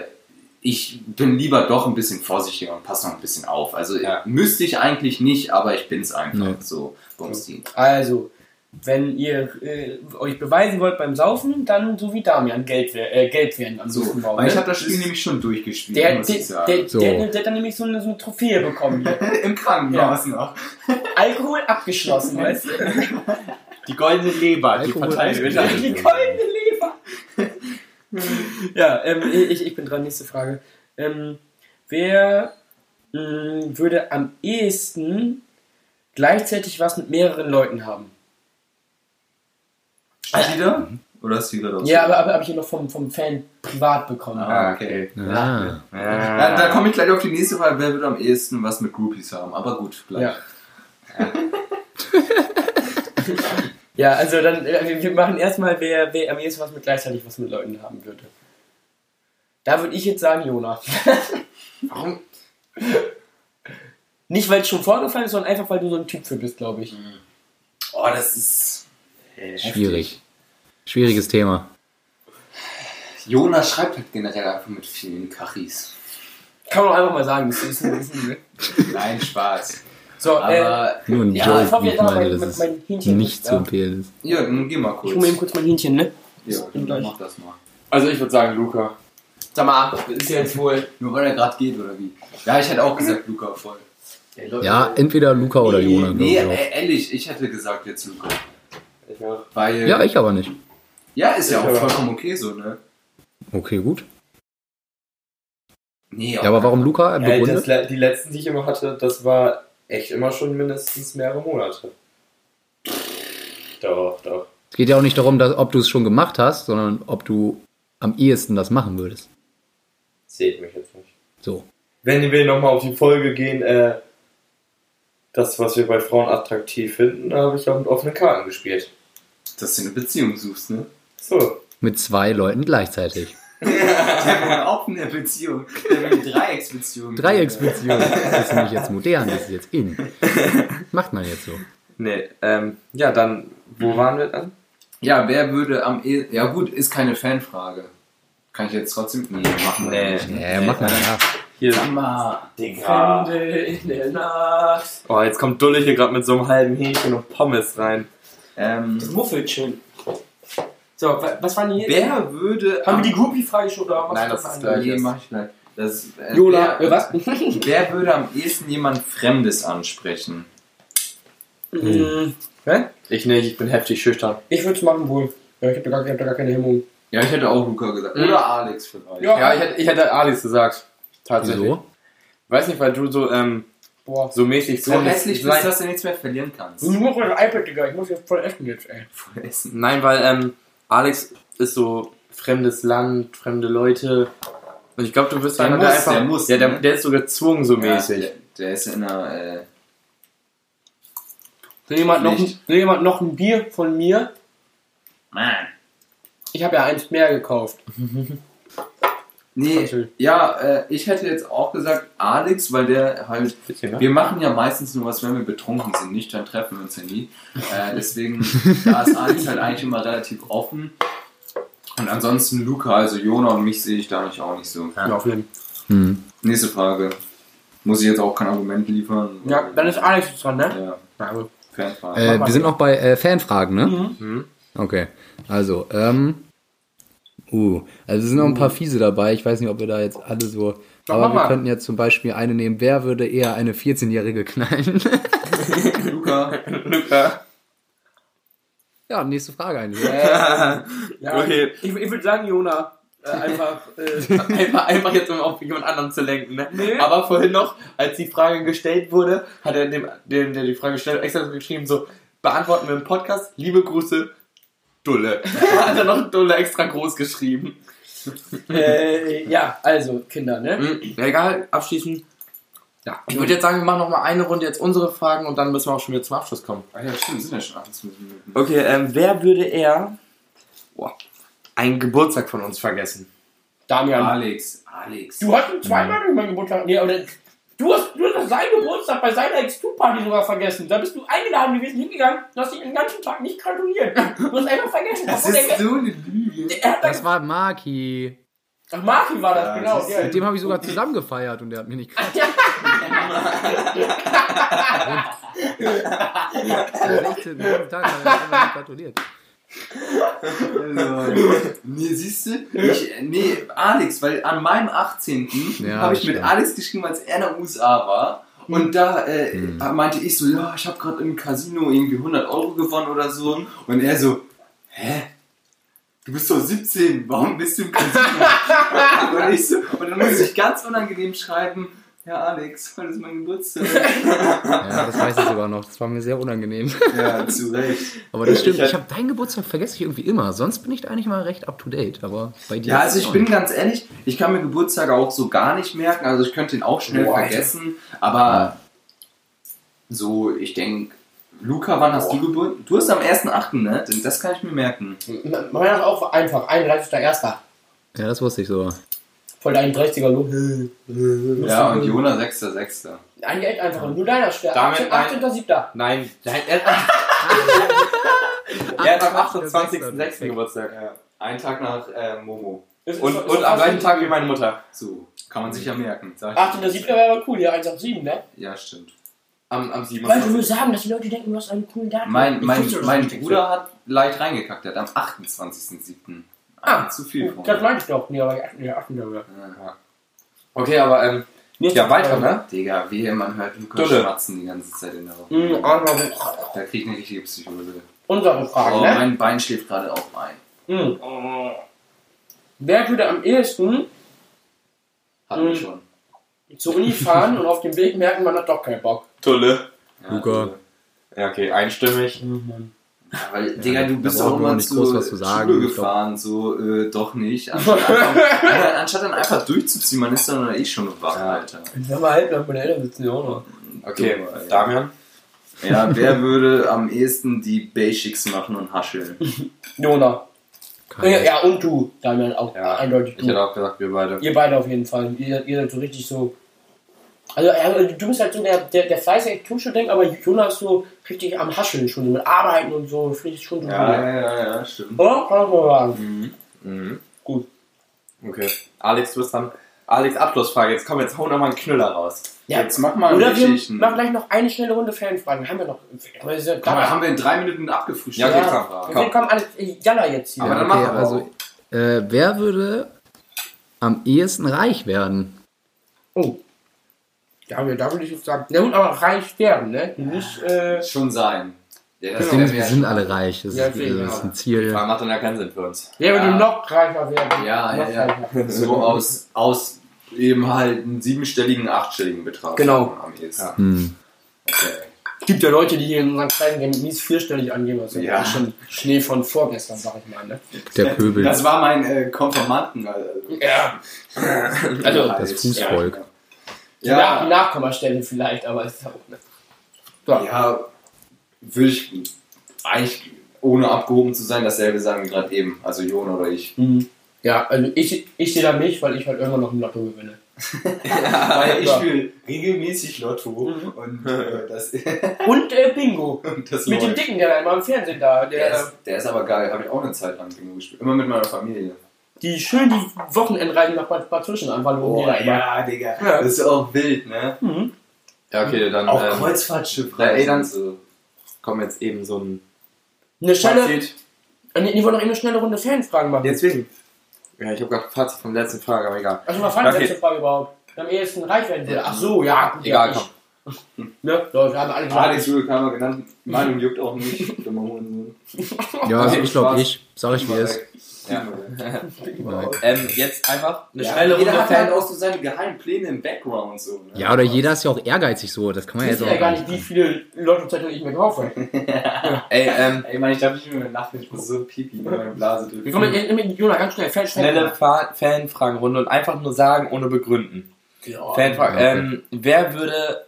Speaker 2: ich bin lieber doch ein bisschen vorsichtiger und passe noch ein bisschen auf. Also
Speaker 1: Ja.
Speaker 2: müsste ich eigentlich nicht, aber ich bin es einfach.
Speaker 4: Nee.
Speaker 2: So, Bumsti.
Speaker 3: Also, wenn ihr äh, euch beweisen wollt beim Saufen, dann so wie Damian, Geld, wer- äh, Geld werden am
Speaker 2: So,
Speaker 3: nächsten Morgen.
Speaker 2: weil ich
Speaker 3: ne?
Speaker 2: habe das Spiel nämlich schon durchgespielt,
Speaker 3: der,
Speaker 2: muss
Speaker 3: der,
Speaker 2: ich sagen.
Speaker 3: der, der,
Speaker 4: So.
Speaker 3: der, hat dann nämlich so eine, so eine Trophäe bekommen.
Speaker 2: *laughs*
Speaker 3: hier.
Speaker 2: Im Krankenhaus noch.
Speaker 3: Alkohol abgeschlossen, weißt du?
Speaker 1: Die goldene Leber, die
Speaker 4: Alkohol-
Speaker 1: verteilen wir
Speaker 4: Ja.
Speaker 3: Die
Speaker 1: dann.
Speaker 3: goldene Leber.
Speaker 2: *laughs*
Speaker 3: ja, ähm, ich, ich bin dran. Nächste Frage. Ähm, wer mh, würde am ehesten gleichzeitig was mit mehreren Leuten haben?
Speaker 2: Steht die da? Oder ist die gerade aus?
Speaker 3: Ja, aber, aber habe ich hier noch vom, vom Fan privat bekommen.
Speaker 1: Ah, okay.
Speaker 4: Ah.
Speaker 2: Ja, da komme ich gleich auf die nächste Frage, wer wird am ehesten was mit Groupies haben? Aber gut, gleich.
Speaker 3: Ja. *laughs* Ja, also dann, äh, wir- wir machen erstmal, wer, wer am ehesten was mit gleichzeitig was mit Leuten haben würde. Da würde ich jetzt sagen, Jona.
Speaker 1: Warum?
Speaker 3: Nicht, weil es schon vorgefallen ist, sondern einfach, weil du so ein Typ für bist, glaube ich.
Speaker 2: Oh, das ist.
Speaker 4: Schwierig. Schwieriges Thema.
Speaker 2: Jona schreibt halt generell einfach mit vielen Kachis.
Speaker 3: Kann man auch einfach mal sagen. Das ist ein, das ist ein
Speaker 2: Nein, Spaß.
Speaker 3: so, äh,
Speaker 2: *laughs* Aber.
Speaker 4: Nur ein
Speaker 2: Ja,
Speaker 4: Joke,
Speaker 3: ich hoffe,
Speaker 4: wie ich
Speaker 3: ihr habt mein-
Speaker 4: meinte,
Speaker 3: mein-
Speaker 4: das
Speaker 3: mein
Speaker 4: ist
Speaker 3: Hähnchen
Speaker 4: nicht
Speaker 3: ist
Speaker 4: zu
Speaker 3: da.
Speaker 4: empfelen.
Speaker 2: Jürgen, geh mal kurz.
Speaker 3: ich hole mir eben kurz mein Hähnchen, ne?
Speaker 2: ja, dann mach das mal.
Speaker 1: Also ich würde sagen, Luca. Sag mal, ist ja jetzt wohl.
Speaker 2: Nur weil er gerade geht, oder wie? Ja, ich hätte auch gesagt, Luca voll.
Speaker 4: Ja, entweder Luca Oh, oder Jona, glaube
Speaker 2: nee,
Speaker 4: ich auch.
Speaker 2: äh, ehrlich, ich hätte gesagt jetzt Luca.
Speaker 1: Ich auch.
Speaker 2: Weil.
Speaker 4: Ja, ich aber nicht.
Speaker 2: Ja, ist ja
Speaker 1: Ich
Speaker 2: auch
Speaker 1: aber-
Speaker 2: vollkommen okay so, ne?
Speaker 4: Okay, gut.
Speaker 2: Nee,
Speaker 4: Ja, aber warum Luca
Speaker 1: Ey, das,
Speaker 4: begründet?
Speaker 1: le- die letzten, die ich immer hatte, das war echt immer schon mindestens mehrere Monate. Doch, doch.
Speaker 4: Es geht ja auch nicht darum, dass, ob du es schon gemacht hast, sondern ob du am ehesten das machen würdest.
Speaker 1: Seht mich jetzt nicht.
Speaker 4: So.
Speaker 1: Wenn wir nochmal auf die Folge gehen, äh, das, was wir bei Frauen attraktiv finden, da habe ich auch mit offenen Karten gespielt.
Speaker 2: dass du eine Beziehung suchst, ne? *laughs*
Speaker 1: So.
Speaker 4: Mit zwei Leuten gleichzeitig.
Speaker 2: Der war auch in der Beziehung. Der will eine Dreiecksbeziehung.
Speaker 4: Dreiecksbeziehung. Das ist nämlich jetzt modern, das ist jetzt in. Macht man jetzt so.
Speaker 1: Nee, ähm, ja, dann, wo waren wir dann?
Speaker 2: Ja, wer würde am eh Ja, gut, ist keine Fanfrage. Kann ich jetzt trotzdem. Nee, machen wir
Speaker 1: Nee.
Speaker 2: nicht.
Speaker 4: Ja, macht man danach.
Speaker 1: Hier.
Speaker 2: Sag mal.
Speaker 1: Digga.
Speaker 3: Ende in der Nacht.
Speaker 1: Oh, jetzt kommt Dulle hier gerade mit so einem halben Hähnchen und Pommes rein.
Speaker 3: Das
Speaker 2: Ähm,
Speaker 3: muffelt schön. So, wa- was waren die jetzt?
Speaker 2: wer würde.
Speaker 3: Haben
Speaker 2: am-
Speaker 3: wir die Groupie-Frage schon oder
Speaker 2: Nein, das ist gleich. Nee, mach ich gleich. Das ist, äh,
Speaker 3: Jola,
Speaker 2: wer,
Speaker 3: äh, *laughs* was?
Speaker 2: wer würde am ehesten jemand Fremdes ansprechen?
Speaker 3: Mm, hä?
Speaker 1: Ich nicht, ich bin heftig schüchtern.
Speaker 3: Ich würde es machen wohl. Ja, ich habe da, gar- ich hab da gar keine Hemmung.
Speaker 2: Ja, ich hätte auch Luca gesagt. Oder Alex vielleicht.
Speaker 3: Ja.
Speaker 1: Ja, ich hätte, ich hätte Alice gesagt. Tatsächlich.
Speaker 4: Wieso?
Speaker 1: Weiß nicht, weil du so, ähm,
Speaker 3: Boah.
Speaker 1: so mäßig
Speaker 2: So
Speaker 1: fremdes-
Speaker 2: hässlich bist,
Speaker 1: Nein,
Speaker 2: dass du nichts mehr verlieren kannst.
Speaker 3: Ich muss mein iPad, Digga. Ich muss jetzt voll essen jetzt, ey.
Speaker 2: Voll Essen.
Speaker 1: nein, weil ähm, Alex ist so fremdes Land, fremde Leute. Und ich glaube, du bist
Speaker 2: Der
Speaker 1: einer,
Speaker 2: muss,
Speaker 1: der einfach.
Speaker 2: der muss,
Speaker 1: ja, der,
Speaker 2: ne?
Speaker 1: der ist so gezwungen, so mäßig.
Speaker 2: Ja, der, der ist in einer. Äh,
Speaker 3: Will jemand, noch,
Speaker 2: Nicht.
Speaker 3: will jemand noch ein Bier von mir?
Speaker 2: Mann.
Speaker 3: Ich habe ja eins mehr gekauft.
Speaker 2: Nee,
Speaker 3: Natürlich.
Speaker 2: ja, äh, ich hätte jetzt auch gesagt Alex, weil der halt.
Speaker 1: Bitte, ne? *laughs*
Speaker 2: Wir machen ja meistens nur was, wenn wir betrunken sind. Nüchtern treffen wir uns ja nie.
Speaker 3: *laughs*
Speaker 2: Äh, deswegen, da ist Alex halt eigentlich immer relativ offen. Und ansonsten Luca, also Jona und mich sehe ich da nicht auch nicht so.
Speaker 3: Ja, auf jeden Fall.
Speaker 4: Hm.
Speaker 2: Nächste Frage. Muss ich jetzt auch kein Argument liefern?
Speaker 3: ja, dann ist Alex jetzt dran, ne?
Speaker 2: Ja,
Speaker 3: Ja, gut.
Speaker 2: Fanfrage.
Speaker 4: Äh,
Speaker 3: mal.
Speaker 4: wir sind noch bei äh, Fanfragen, ne?
Speaker 1: Mhm.
Speaker 4: Okay. Also, ähm. Uh, also es sind noch ein paar fiese dabei. Ich weiß nicht, ob wir da jetzt alle so. Aber
Speaker 3: mach
Speaker 4: wir
Speaker 3: mal.
Speaker 4: könnten jetzt zum Beispiel eine nehmen. Wer würde eher eine 14-Jährige knallen? *laughs*
Speaker 2: Luca,
Speaker 1: Luca.
Speaker 4: ja, nächste Frage eigentlich.
Speaker 3: *laughs* Ja,
Speaker 1: Okay.
Speaker 3: Ich, ich würde sagen, Jona. Äh, einfach. *laughs* Äh,
Speaker 1: Einfach, einfach jetzt, um auf jemand anderen zu lenken. Ne?
Speaker 3: Nee.
Speaker 1: Aber vorhin noch, als die Frage gestellt wurde, hat er dem, dem der die Frage gestellt hat, extra geschrieben, so, beantworten wir im Podcast, liebe Grüße, Dulle. *laughs* hat er noch Dulle extra groß geschrieben.
Speaker 3: äh, ja, also, Kinder, ne?
Speaker 1: Hm, egal, abschließen. Ja, ich würde jetzt sagen, wir machen nochmal eine Runde jetzt unsere Fragen und dann müssen wir auch schon wieder zum Abschluss kommen.
Speaker 2: Ach Ah ja, stimmt, sind ja schon 28 Minuten.
Speaker 1: Okay, ähm, wer würde eher boah, einen Geburtstag von uns vergessen?
Speaker 3: Damian.
Speaker 2: Alex, Alex.
Speaker 3: Du hast ihn zweimal durch meinen Geburtstag. Nee, Mhm. oder. Du hast, du hast seinen Geburtstag bei seiner X2-Party sogar vergessen. Da bist du eingeladen gewesen, hingegangen und hast dich den ganzen Tag nicht gratuliert. Du hast einfach vergessen.
Speaker 2: das
Speaker 3: obwohl
Speaker 2: ist
Speaker 3: Oh, der-
Speaker 2: so eine Lüge.
Speaker 3: er hat da
Speaker 4: Das war Maki.
Speaker 3: Ach, Marki war das,
Speaker 2: Ja,
Speaker 3: genau.
Speaker 2: das ist-
Speaker 3: ja.
Speaker 4: Mit dem habe ich sogar zusammen gefeiert und der hat mir nicht gefallen. Am 16. Tag hat er einfach nicht gratuliert.
Speaker 2: Also, nee, siehst du? Ich, äh, nee, Alex, weil an meinem 18.
Speaker 4: Ja,
Speaker 2: habe ich
Speaker 4: das
Speaker 2: mit
Speaker 4: stimmt.
Speaker 2: Alex geschrieben, als er in der USA war. Und da äh, meinte ich so, ja, ich habe gerade im Casino irgendwie 100 Euro gewonnen oder so. Und er so, hä? Du bist doch 17, warum bist du im Casino? *laughs* und, ich so, und dann musste ich ganz unangenehm schreiben, ja Alex, heute ist mein Geburtstag.
Speaker 4: Ja, das weiß ich sogar noch. Das war mir sehr unangenehm.
Speaker 2: ja, zu Recht.
Speaker 4: Aber das stimmt.
Speaker 1: Ich hab-
Speaker 4: Ich habe deinen Geburtstag vergesse ich irgendwie immer. Sonst bin ich da eigentlich mal recht up to date. Aber bei dir.
Speaker 2: Ja,
Speaker 4: ist
Speaker 2: also
Speaker 4: es
Speaker 2: ich
Speaker 4: auch
Speaker 2: bin
Speaker 4: nicht.
Speaker 2: ganz ehrlich, ich kann mir Geburtstage auch so gar nicht merken, also ich könnte ihn auch schnell
Speaker 3: Boah, Alter.
Speaker 2: vergessen, aber so, ich denke, Luca, wann hast du Geburt? Du hast am 1.8., ne? Denn Das kann ich mir merken.
Speaker 3: *laughs* Meiner ist auch einfach, 31.01.
Speaker 4: Ja, das wusste ich so.
Speaker 3: Voll dein 30er Lob.
Speaker 2: Ja, und Jona 6.6.
Speaker 3: Ein Geld einfach, nur deiner Stern.
Speaker 1: Damit
Speaker 3: 18.07. 18.07.
Speaker 1: Nein, nein, er,
Speaker 2: *laughs*
Speaker 1: er hat am 28.06. Geburtstag.
Speaker 2: Ja. Einen Tag nach äh, Momo.
Speaker 3: Ist-
Speaker 1: Und,
Speaker 3: ist- ist
Speaker 1: und am
Speaker 3: fast-
Speaker 1: gleichen Tag wie meine Mutter.
Speaker 2: So, kann man sich ja merken. Sag ich
Speaker 3: 18.07. wäre aber cool, ja, 187, ne?
Speaker 2: Ja, stimmt.
Speaker 1: Am, am
Speaker 3: Weil du nur
Speaker 1: 27.
Speaker 3: sagen, dass die Leute denken, du hast einen coolen Hm, Daten.
Speaker 2: Mein,
Speaker 3: Ich
Speaker 2: mein,
Speaker 3: wusste das
Speaker 2: mein
Speaker 3: nicht.
Speaker 2: Bruder hat leicht reingekackt, der hat am 28.07.
Speaker 3: Ah,
Speaker 2: Ah, zu viel von.
Speaker 3: Das meinte ich doch. Nee, aber die 18.07.
Speaker 1: Okay, aber ähm, ja, weiter, ne?
Speaker 2: Digga, wehe, man hört Lukas
Speaker 1: Dulle.
Speaker 2: schmatzen die ganze Zeit in der Woche.
Speaker 3: Mhm, andere-
Speaker 2: Da krieg ich eine richtige Psychose.
Speaker 3: Unsere Frage,
Speaker 2: Oh,
Speaker 3: ne?
Speaker 2: mein Bein schläft gerade auch ein.
Speaker 3: Mhm. Wer würde am ehesten
Speaker 2: Hatten
Speaker 1: Hm.
Speaker 2: wir
Speaker 3: Mhm.
Speaker 2: schon.
Speaker 3: zur Uni fahren und auf dem Weg merken, man hat doch keinen Bock?
Speaker 1: Tulle.
Speaker 2: Ja,
Speaker 4: Luca.
Speaker 2: also- Mhm.
Speaker 1: Ja, okay, einstimmig.
Speaker 2: Weil, Digga,
Speaker 4: da
Speaker 2: du bist
Speaker 4: braucht
Speaker 2: auch
Speaker 4: man
Speaker 2: immer
Speaker 4: auch nicht
Speaker 2: zu
Speaker 4: groß was zu sagen,
Speaker 2: Schule
Speaker 4: ich glaub.
Speaker 2: gefahren, so, äh, doch nicht.
Speaker 1: *laughs*
Speaker 2: Anstatt, einfach, anstatt dann einfach durchzuziehen, man ist dann eh schon wach,
Speaker 1: Ja.
Speaker 2: Alter.
Speaker 3: Wenn wir halt noch meine Eltern sitzen, ja auch noch.
Speaker 1: Okay,
Speaker 2: Dumm, Alter.
Speaker 1: Damian.
Speaker 2: Ja, wer würde am ehesten die Basics machen und hascheln?
Speaker 3: Jona.
Speaker 4: Ah,
Speaker 3: Ja, ja, und du, Damian, auch
Speaker 1: Ja,
Speaker 3: eindeutig
Speaker 1: Ich
Speaker 3: du.
Speaker 1: hätte auch gesagt, wir beide.
Speaker 3: Ihr beide auf jeden Fall. Ihr, ihr seid so richtig so. Also, also du bist halt so der, der, der fleißige Tuschel-Denk, aber Jona ist so richtig am Hascheln schon, so mit Arbeiten und so. Finde ich schon so gut.
Speaker 2: ja, ja, stimmt.
Speaker 3: Oder? Kann man so sagen.
Speaker 1: Mhm.
Speaker 3: Gut.
Speaker 1: Okay. Alex, du bist dann. Alex, Abschlussfrage. Jetzt komm, jetzt hau nochmal einen Knüller raus.
Speaker 3: Ja.
Speaker 2: Jetzt mach mal einen
Speaker 3: Oder wir
Speaker 2: richtigen.
Speaker 3: machen gleich noch eine schnelle Runde Fanfragen. Haben wir noch. Aber das ist ja-
Speaker 2: Guck mal, haben wir in drei Minuten abgefrühstückt.
Speaker 1: Ja, okay,
Speaker 2: Jetzt
Speaker 1: komm,
Speaker 2: Fragen.
Speaker 3: Wir kommen alle. äh, Jalla jetzt hier.
Speaker 2: Aber dann
Speaker 4: okay,
Speaker 2: machen wir
Speaker 4: also, äh, wer würde am ehesten reich werden?
Speaker 3: oh. Da, wir- da würde ich jetzt sagen. Na gut, aber reich werden, ne? Nicht, äh,
Speaker 2: Schon sein. Ja,
Speaker 4: Das
Speaker 2: wär
Speaker 4: Ding ist, wir
Speaker 2: mehr
Speaker 4: sind
Speaker 2: Spaß.
Speaker 4: alle reich. Das,
Speaker 3: Ja,
Speaker 4: ist, äh,
Speaker 3: deswegen,
Speaker 4: das ist
Speaker 3: ja.
Speaker 4: ein Ziel.
Speaker 1: Frage macht dann ja keinen Sinn für uns.
Speaker 3: wer würde
Speaker 2: Ja.
Speaker 3: noch reicher werden?
Speaker 2: Ja,
Speaker 3: noch
Speaker 2: ja,
Speaker 3: reicher.
Speaker 2: ja. So aus, aus eben halt einen siebenstelligen, achtstelligen Betrag.
Speaker 3: Genau.
Speaker 2: Am ehesten.
Speaker 1: Ja.
Speaker 4: Hm.
Speaker 2: Okay.
Speaker 3: Es gibt ja Leute, die hier in unseren kleinen Game mies vierstellig angeben. Also
Speaker 2: Ja.
Speaker 3: schon Schnee von vorgestern, sag ich mal, ne?
Speaker 4: Der Pöbel.
Speaker 2: Das war mein äh, *laughs* Konfirmanden. Also,
Speaker 3: Ja. Also,
Speaker 4: Das Fußvolk.
Speaker 3: Nach,
Speaker 2: Ja,
Speaker 3: die Nachkommastelle vielleicht, aber ist ja auch, ne?
Speaker 2: ja, würde ich eigentlich ohne abgehoben zu sein, dasselbe sagen wie gerade eben. Also Jon oder *laughs* ich.
Speaker 3: Mhm. Ja, also ich, ich sehe da mich, weil ich halt irgendwann noch ein Lotto gewinne.
Speaker 2: Weil ich
Speaker 3: Ja.
Speaker 2: spiele regelmäßig Lotto und äh, das, *laughs*
Speaker 3: Und äh, Bingo.
Speaker 2: und das
Speaker 3: Mit dem
Speaker 2: läuft.
Speaker 3: Dicken, der da immer im Fernsehen da. Der, äh,
Speaker 2: Der ist, der ist aber geil, habe ich auch eine Zeit lang Bingo gespielt. Immer mit meiner Familie.
Speaker 3: die schön die Wochenendreisen nach Bad, Bad Zwischenahn verloren. die da immer.
Speaker 2: Digga.
Speaker 3: Ja.
Speaker 2: Das ist auch wild, ne?
Speaker 3: Mhm.
Speaker 1: Ja, okay, dann
Speaker 2: Auch
Speaker 1: ähm,
Speaker 2: Kreuzfahrtschiffreisen
Speaker 1: ey, dann-
Speaker 2: und so.
Speaker 1: kommen jetzt eben so ein.
Speaker 3: Eine schnelle.
Speaker 1: Fazit.
Speaker 3: Äh, Nee, die wollen noch eben eine schnelle Runde Fanfragen machen.
Speaker 1: Deswegen. Ja, ich habe gerade Fazit von der letzten Frage, aber egal.
Speaker 3: Also, was war die
Speaker 1: Okay.
Speaker 3: letzte Frage überhaupt? Am ehesten reich werden würde. Ach so, ja. gut,
Speaker 1: Egal,
Speaker 3: ja,
Speaker 1: komm.
Speaker 3: ich- Ne? So, wir haben alle gesagt.
Speaker 2: Alex Jule Kramer genannt. Meinung juckt auch nicht. *laughs* Dummer Hurensohn.
Speaker 4: Ja, also ich glaube
Speaker 2: Spaß.
Speaker 4: ich. Sag ich, wie es ist.
Speaker 2: Ja.
Speaker 1: Ähm, jetzt einfach eine
Speaker 2: Ja,
Speaker 1: schnelle
Speaker 2: jeder
Speaker 1: Runde.
Speaker 2: hat halt auch so seine geheimen Pläne im Background. So, ne?
Speaker 4: Ja, oder jeder ist ja auch ehrgeizig so. Das kann man
Speaker 3: Ich
Speaker 4: ja
Speaker 3: weiß
Speaker 4: jetzt
Speaker 3: ja gar
Speaker 4: auch
Speaker 3: nicht, wie viele Lottozettel ich mir kaufe.
Speaker 1: Ey, ähm,
Speaker 2: Ey, Mann, ich darf nicht mehr lachen, ich muss so pipi in meine Blase
Speaker 3: Wir kommen
Speaker 2: drücken.
Speaker 3: jetzt mit Jona ganz schnell. Fan,
Speaker 1: schnelle Fa Fanfragenrunde und einfach nur sagen, ohne begründen.
Speaker 3: Ja.
Speaker 1: Fanfrage.
Speaker 4: Ja, okay.
Speaker 1: Ähm, wer würde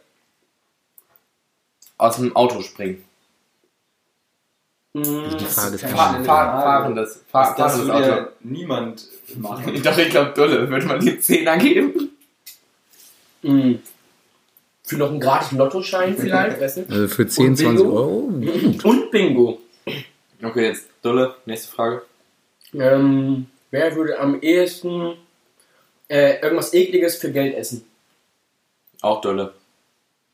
Speaker 1: aus dem Auto springen?
Speaker 3: Mhm.
Speaker 4: Die Frage ist
Speaker 1: Fa
Speaker 4: gar
Speaker 1: fa
Speaker 4: nicht.
Speaker 1: fahrendes, fa
Speaker 2: Das
Speaker 1: fahrendes
Speaker 2: würde
Speaker 1: Auto.
Speaker 2: ja niemand machen.
Speaker 1: Doch, ich glaube, Dulle würde man die 10 angeben.
Speaker 3: Mhm. Für noch einen gratis Lottoschein vielleicht, weißt du?
Speaker 4: Also für 10,
Speaker 3: Und Bingo?
Speaker 4: 20 Euro.
Speaker 3: Und Bingo.
Speaker 1: Okay, jetzt Dulle, nächste Frage.
Speaker 3: Ähm, wer würde am ehesten äh, irgendwas Ekliges für Geld essen?
Speaker 1: Auch Dulle.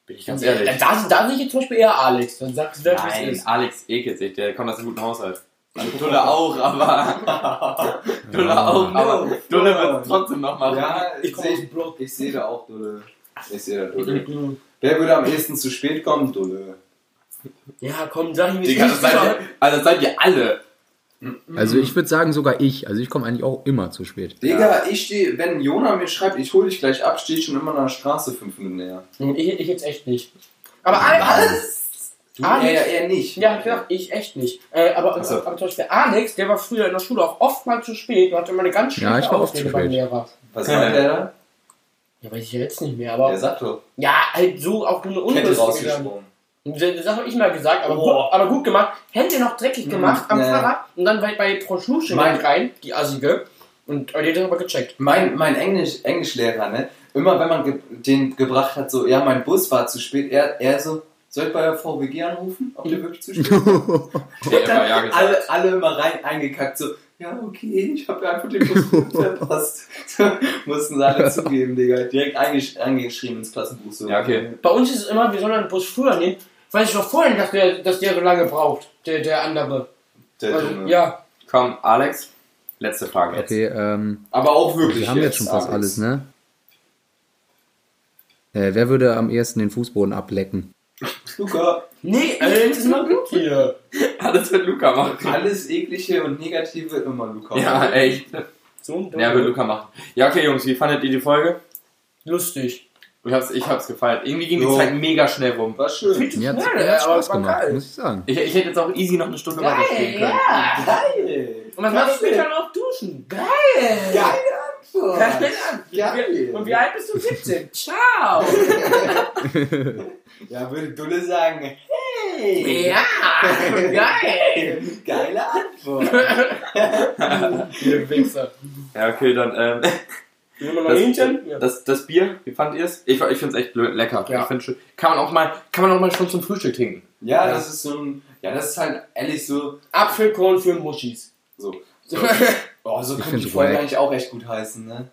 Speaker 1: Bin ich ganz ehrlich.
Speaker 3: Äh, Da, da sehe ich jetzt zum Beispiel eher Alex. Dann sagst du, wer das
Speaker 1: Nein,
Speaker 3: ist.
Speaker 1: Alex ekelt sich, der kommt aus einem guten Haushalt. Also Dulle auch, aber. Dulle auch, aber. Dulle wird es trotzdem noch machen.
Speaker 2: Ja, ich,
Speaker 3: Ich komme aus dem
Speaker 2: seh-
Speaker 3: Block.
Speaker 2: ich sehe da auch Dulle. Ich sehe da Dulle.
Speaker 3: Mhm.
Speaker 2: Wer würde am ehesten zu spät kommen? Dulle.
Speaker 3: Ja, komm, sag ich mir
Speaker 1: Digga, das seid ihr, also das seid ihr alle.
Speaker 4: Also ich würde sagen sogar ich. Also ich komme eigentlich auch immer zu *laughs* spät.
Speaker 2: Digga, ich stehe, wenn Jona mir schreibt, ich hole dich gleich ab, stehe ich schon immer an der Straße fünf Minuten näher.
Speaker 3: Ich, ich jetzt echt nicht. Aber Alex,
Speaker 2: Du,
Speaker 3: Ah,
Speaker 2: er, er nicht.
Speaker 3: Ja, ich gesagt, ich echt nicht. Äh, aber,
Speaker 2: Ach so.
Speaker 3: aber zum Beispiel Alex, der war früher in der Schule auch oft mal zu spät und hatte immer eine ganz schlechte
Speaker 4: Ja, ich war oft
Speaker 3: Ausrede
Speaker 4: zu
Speaker 3: beim
Speaker 4: spät.
Speaker 3: Lehrer.
Speaker 2: Was meint er da?
Speaker 3: Ja, weiß ich ja jetzt nicht mehr,
Speaker 2: Er
Speaker 3: aber.
Speaker 2: sagt doch,
Speaker 3: Ja, halt so auch nur eine
Speaker 2: Kette
Speaker 3: Unlust.
Speaker 2: rausgesprungen.
Speaker 3: Das habe ich mal gesagt, aber, gut, aber gut gemacht. Hände noch dreckig gemacht am
Speaker 2: Oh. Hm, ja.
Speaker 3: Fahrrad und dann bei, bei Proschuschel
Speaker 2: Mein-
Speaker 3: rein, die Assige. Und aber die hat das aber gecheckt.
Speaker 2: Mein, mein Englisch, Englischlehrer, ne? Immer wenn man ge den gebracht hat, so, ja, mein Bus war zu spät, er, er so, soll ich bei der VWG anrufen, ob der wirklich zu spät war? *laughs*
Speaker 1: Der war ja gesagt.
Speaker 2: alle, alle immer rein eingekackt, so, ja, okay, ich habe einfach den Bus *laughs* verpasst. *laughs* Mussten sie alle zugeben, Digga. Direkt eingesch angeschrieben ins Klassenbuch. So.
Speaker 1: Ja, okay.
Speaker 3: Bei uns ist es immer, wir sollen einen Bus früher nehmen, weil ich doch vorhin, dass der, dass der so lange braucht, der, der andere.
Speaker 2: Der
Speaker 3: Also,
Speaker 2: Dumme.
Speaker 3: ja,
Speaker 1: Komm, Alex, letzte Frage jetzt.
Speaker 4: Okay, ähm,
Speaker 2: Aber auch wirklich.
Speaker 4: wir haben jetzt schon fast
Speaker 2: Alex.
Speaker 4: alles, ne? Äh, wer würde am ehesten den Fußboden ablecken?
Speaker 2: Luca,
Speaker 3: nee, also jetzt ist mal gut hier.
Speaker 1: *laughs* Alles wird Luca machen.
Speaker 2: alles Eklige und Negative immer Luca.
Speaker 1: Ja, echt.
Speaker 3: So ein
Speaker 1: Ja, wird Luca machen. Ja, okay, Jungs, wie fandet ihr die Folge?
Speaker 3: Lustig.
Speaker 1: Ich hab's, ich hab's gefeiert. Irgendwie ging die
Speaker 2: Jo.
Speaker 1: Zeit mega schnell rum.
Speaker 2: War schön.
Speaker 4: Mir hat
Speaker 3: Ja,
Speaker 4: ja,
Speaker 3: aber
Speaker 4: Spaß
Speaker 3: war
Speaker 4: gemacht,
Speaker 3: geil.
Speaker 4: muss ich sagen.
Speaker 1: Ich, ich hätte jetzt auch easy noch eine Stunde weiterspielen können.
Speaker 2: Geil.
Speaker 3: Und was machst du später noch duschen? Geil!
Speaker 2: Geile Antwort.
Speaker 3: Geil.
Speaker 2: Geil.
Speaker 3: Und wie alt bist du? 17. Ciao!
Speaker 2: Ja, würde Dulle sagen, hey.
Speaker 3: ja! Geil!
Speaker 2: Geile Antwort.
Speaker 3: Ihr Wichser.
Speaker 1: Ja, okay, dann ähm,
Speaker 3: Nehmen wir
Speaker 1: *laughs*
Speaker 3: noch
Speaker 1: Das-
Speaker 3: Hähnchen? Ja.
Speaker 1: das, das Bier, wie fandet ihr es? Ich, ich find's echt le- lecker.
Speaker 3: Ja.
Speaker 1: Ich find's schön. Kann man auch mal, kann man auch mal schon zum Frühstück trinken.
Speaker 2: Ja, das ist so ein. Ja, das ist halt ehrlich so.
Speaker 3: Apfelkorn für Muschis.
Speaker 2: So.
Speaker 3: So.
Speaker 2: Oh, so
Speaker 4: Ich
Speaker 2: könnte die
Speaker 4: find's
Speaker 2: Folge
Speaker 4: wack.
Speaker 2: eigentlich auch echt gut heißen, ne?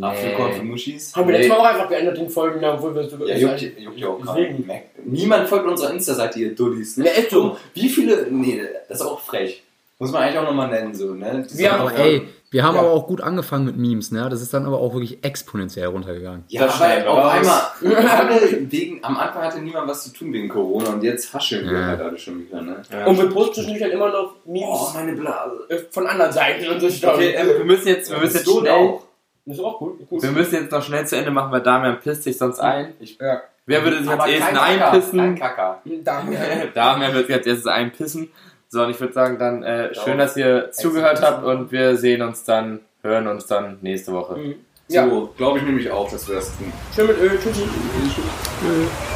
Speaker 2: Apfelkorn für Muschis.
Speaker 3: Haben wir
Speaker 1: Nee.
Speaker 3: letztes Mal auch einfach geändert den Folgennamen, obwohl wir so
Speaker 2: Ja, juckt, juckt ja auch
Speaker 3: Deswegen.
Speaker 2: gerade. Niemand folgt unserer Insta-Seite, ihr Dullis. Ne?
Speaker 3: Ja, echt so.
Speaker 2: Wie viele. Nee, das ist auch frech. Muss man eigentlich auch nochmal nennen, so, ne? Die
Speaker 3: Wir
Speaker 2: sind
Speaker 3: haben-
Speaker 2: auch-
Speaker 4: Ey, wir haben
Speaker 2: Ja.
Speaker 4: aber auch gut angefangen mit Memes, ne? Das ist dann aber auch wirklich exponentiell runtergegangen.
Speaker 2: Ja,
Speaker 1: Das
Speaker 2: weil
Speaker 1: schneiden wir
Speaker 2: auf
Speaker 1: raus. *laughs*
Speaker 2: einmal. Alle wegen, am Anfang hatte niemand was zu tun wegen Corona und jetzt hascheln wir
Speaker 4: Ja.
Speaker 2: halt alle schon wieder, ne?
Speaker 3: Und wir posten zwischendurch halt immer noch
Speaker 2: Oh,
Speaker 3: Memes
Speaker 2: meine Blase.
Speaker 3: äh, von anderen Seiten in unsere Story.
Speaker 1: Okay, ähm, wir müssen jetzt, wir müssen jetzt
Speaker 2: Bist du
Speaker 1: schnell,
Speaker 2: auch?
Speaker 3: Das ist auch gut. gut.
Speaker 1: wir müssen jetzt noch schnell zu Ende machen, weil Damian pisst sich sonst ein.
Speaker 2: Ich
Speaker 3: Ja,
Speaker 1: Wer würde sich
Speaker 2: Mhm. Aber
Speaker 1: als erstes
Speaker 2: kein Kacker, Kein
Speaker 1: einpissen?
Speaker 2: Kacker.
Speaker 1: *laughs*
Speaker 3: danke.
Speaker 1: Damian wird sich als erstes einpissen. So, und ich würde sagen, dann äh,
Speaker 2: Ja.
Speaker 1: schön, dass ihr zugehört habt und wir sehen uns dann, hören uns dann nächste Woche.
Speaker 3: Ja,
Speaker 2: So, glaube ich nämlich auch, dass wir das tun.
Speaker 3: 呃 schön mit Öl. Tschüssi.
Speaker 2: Tschüss.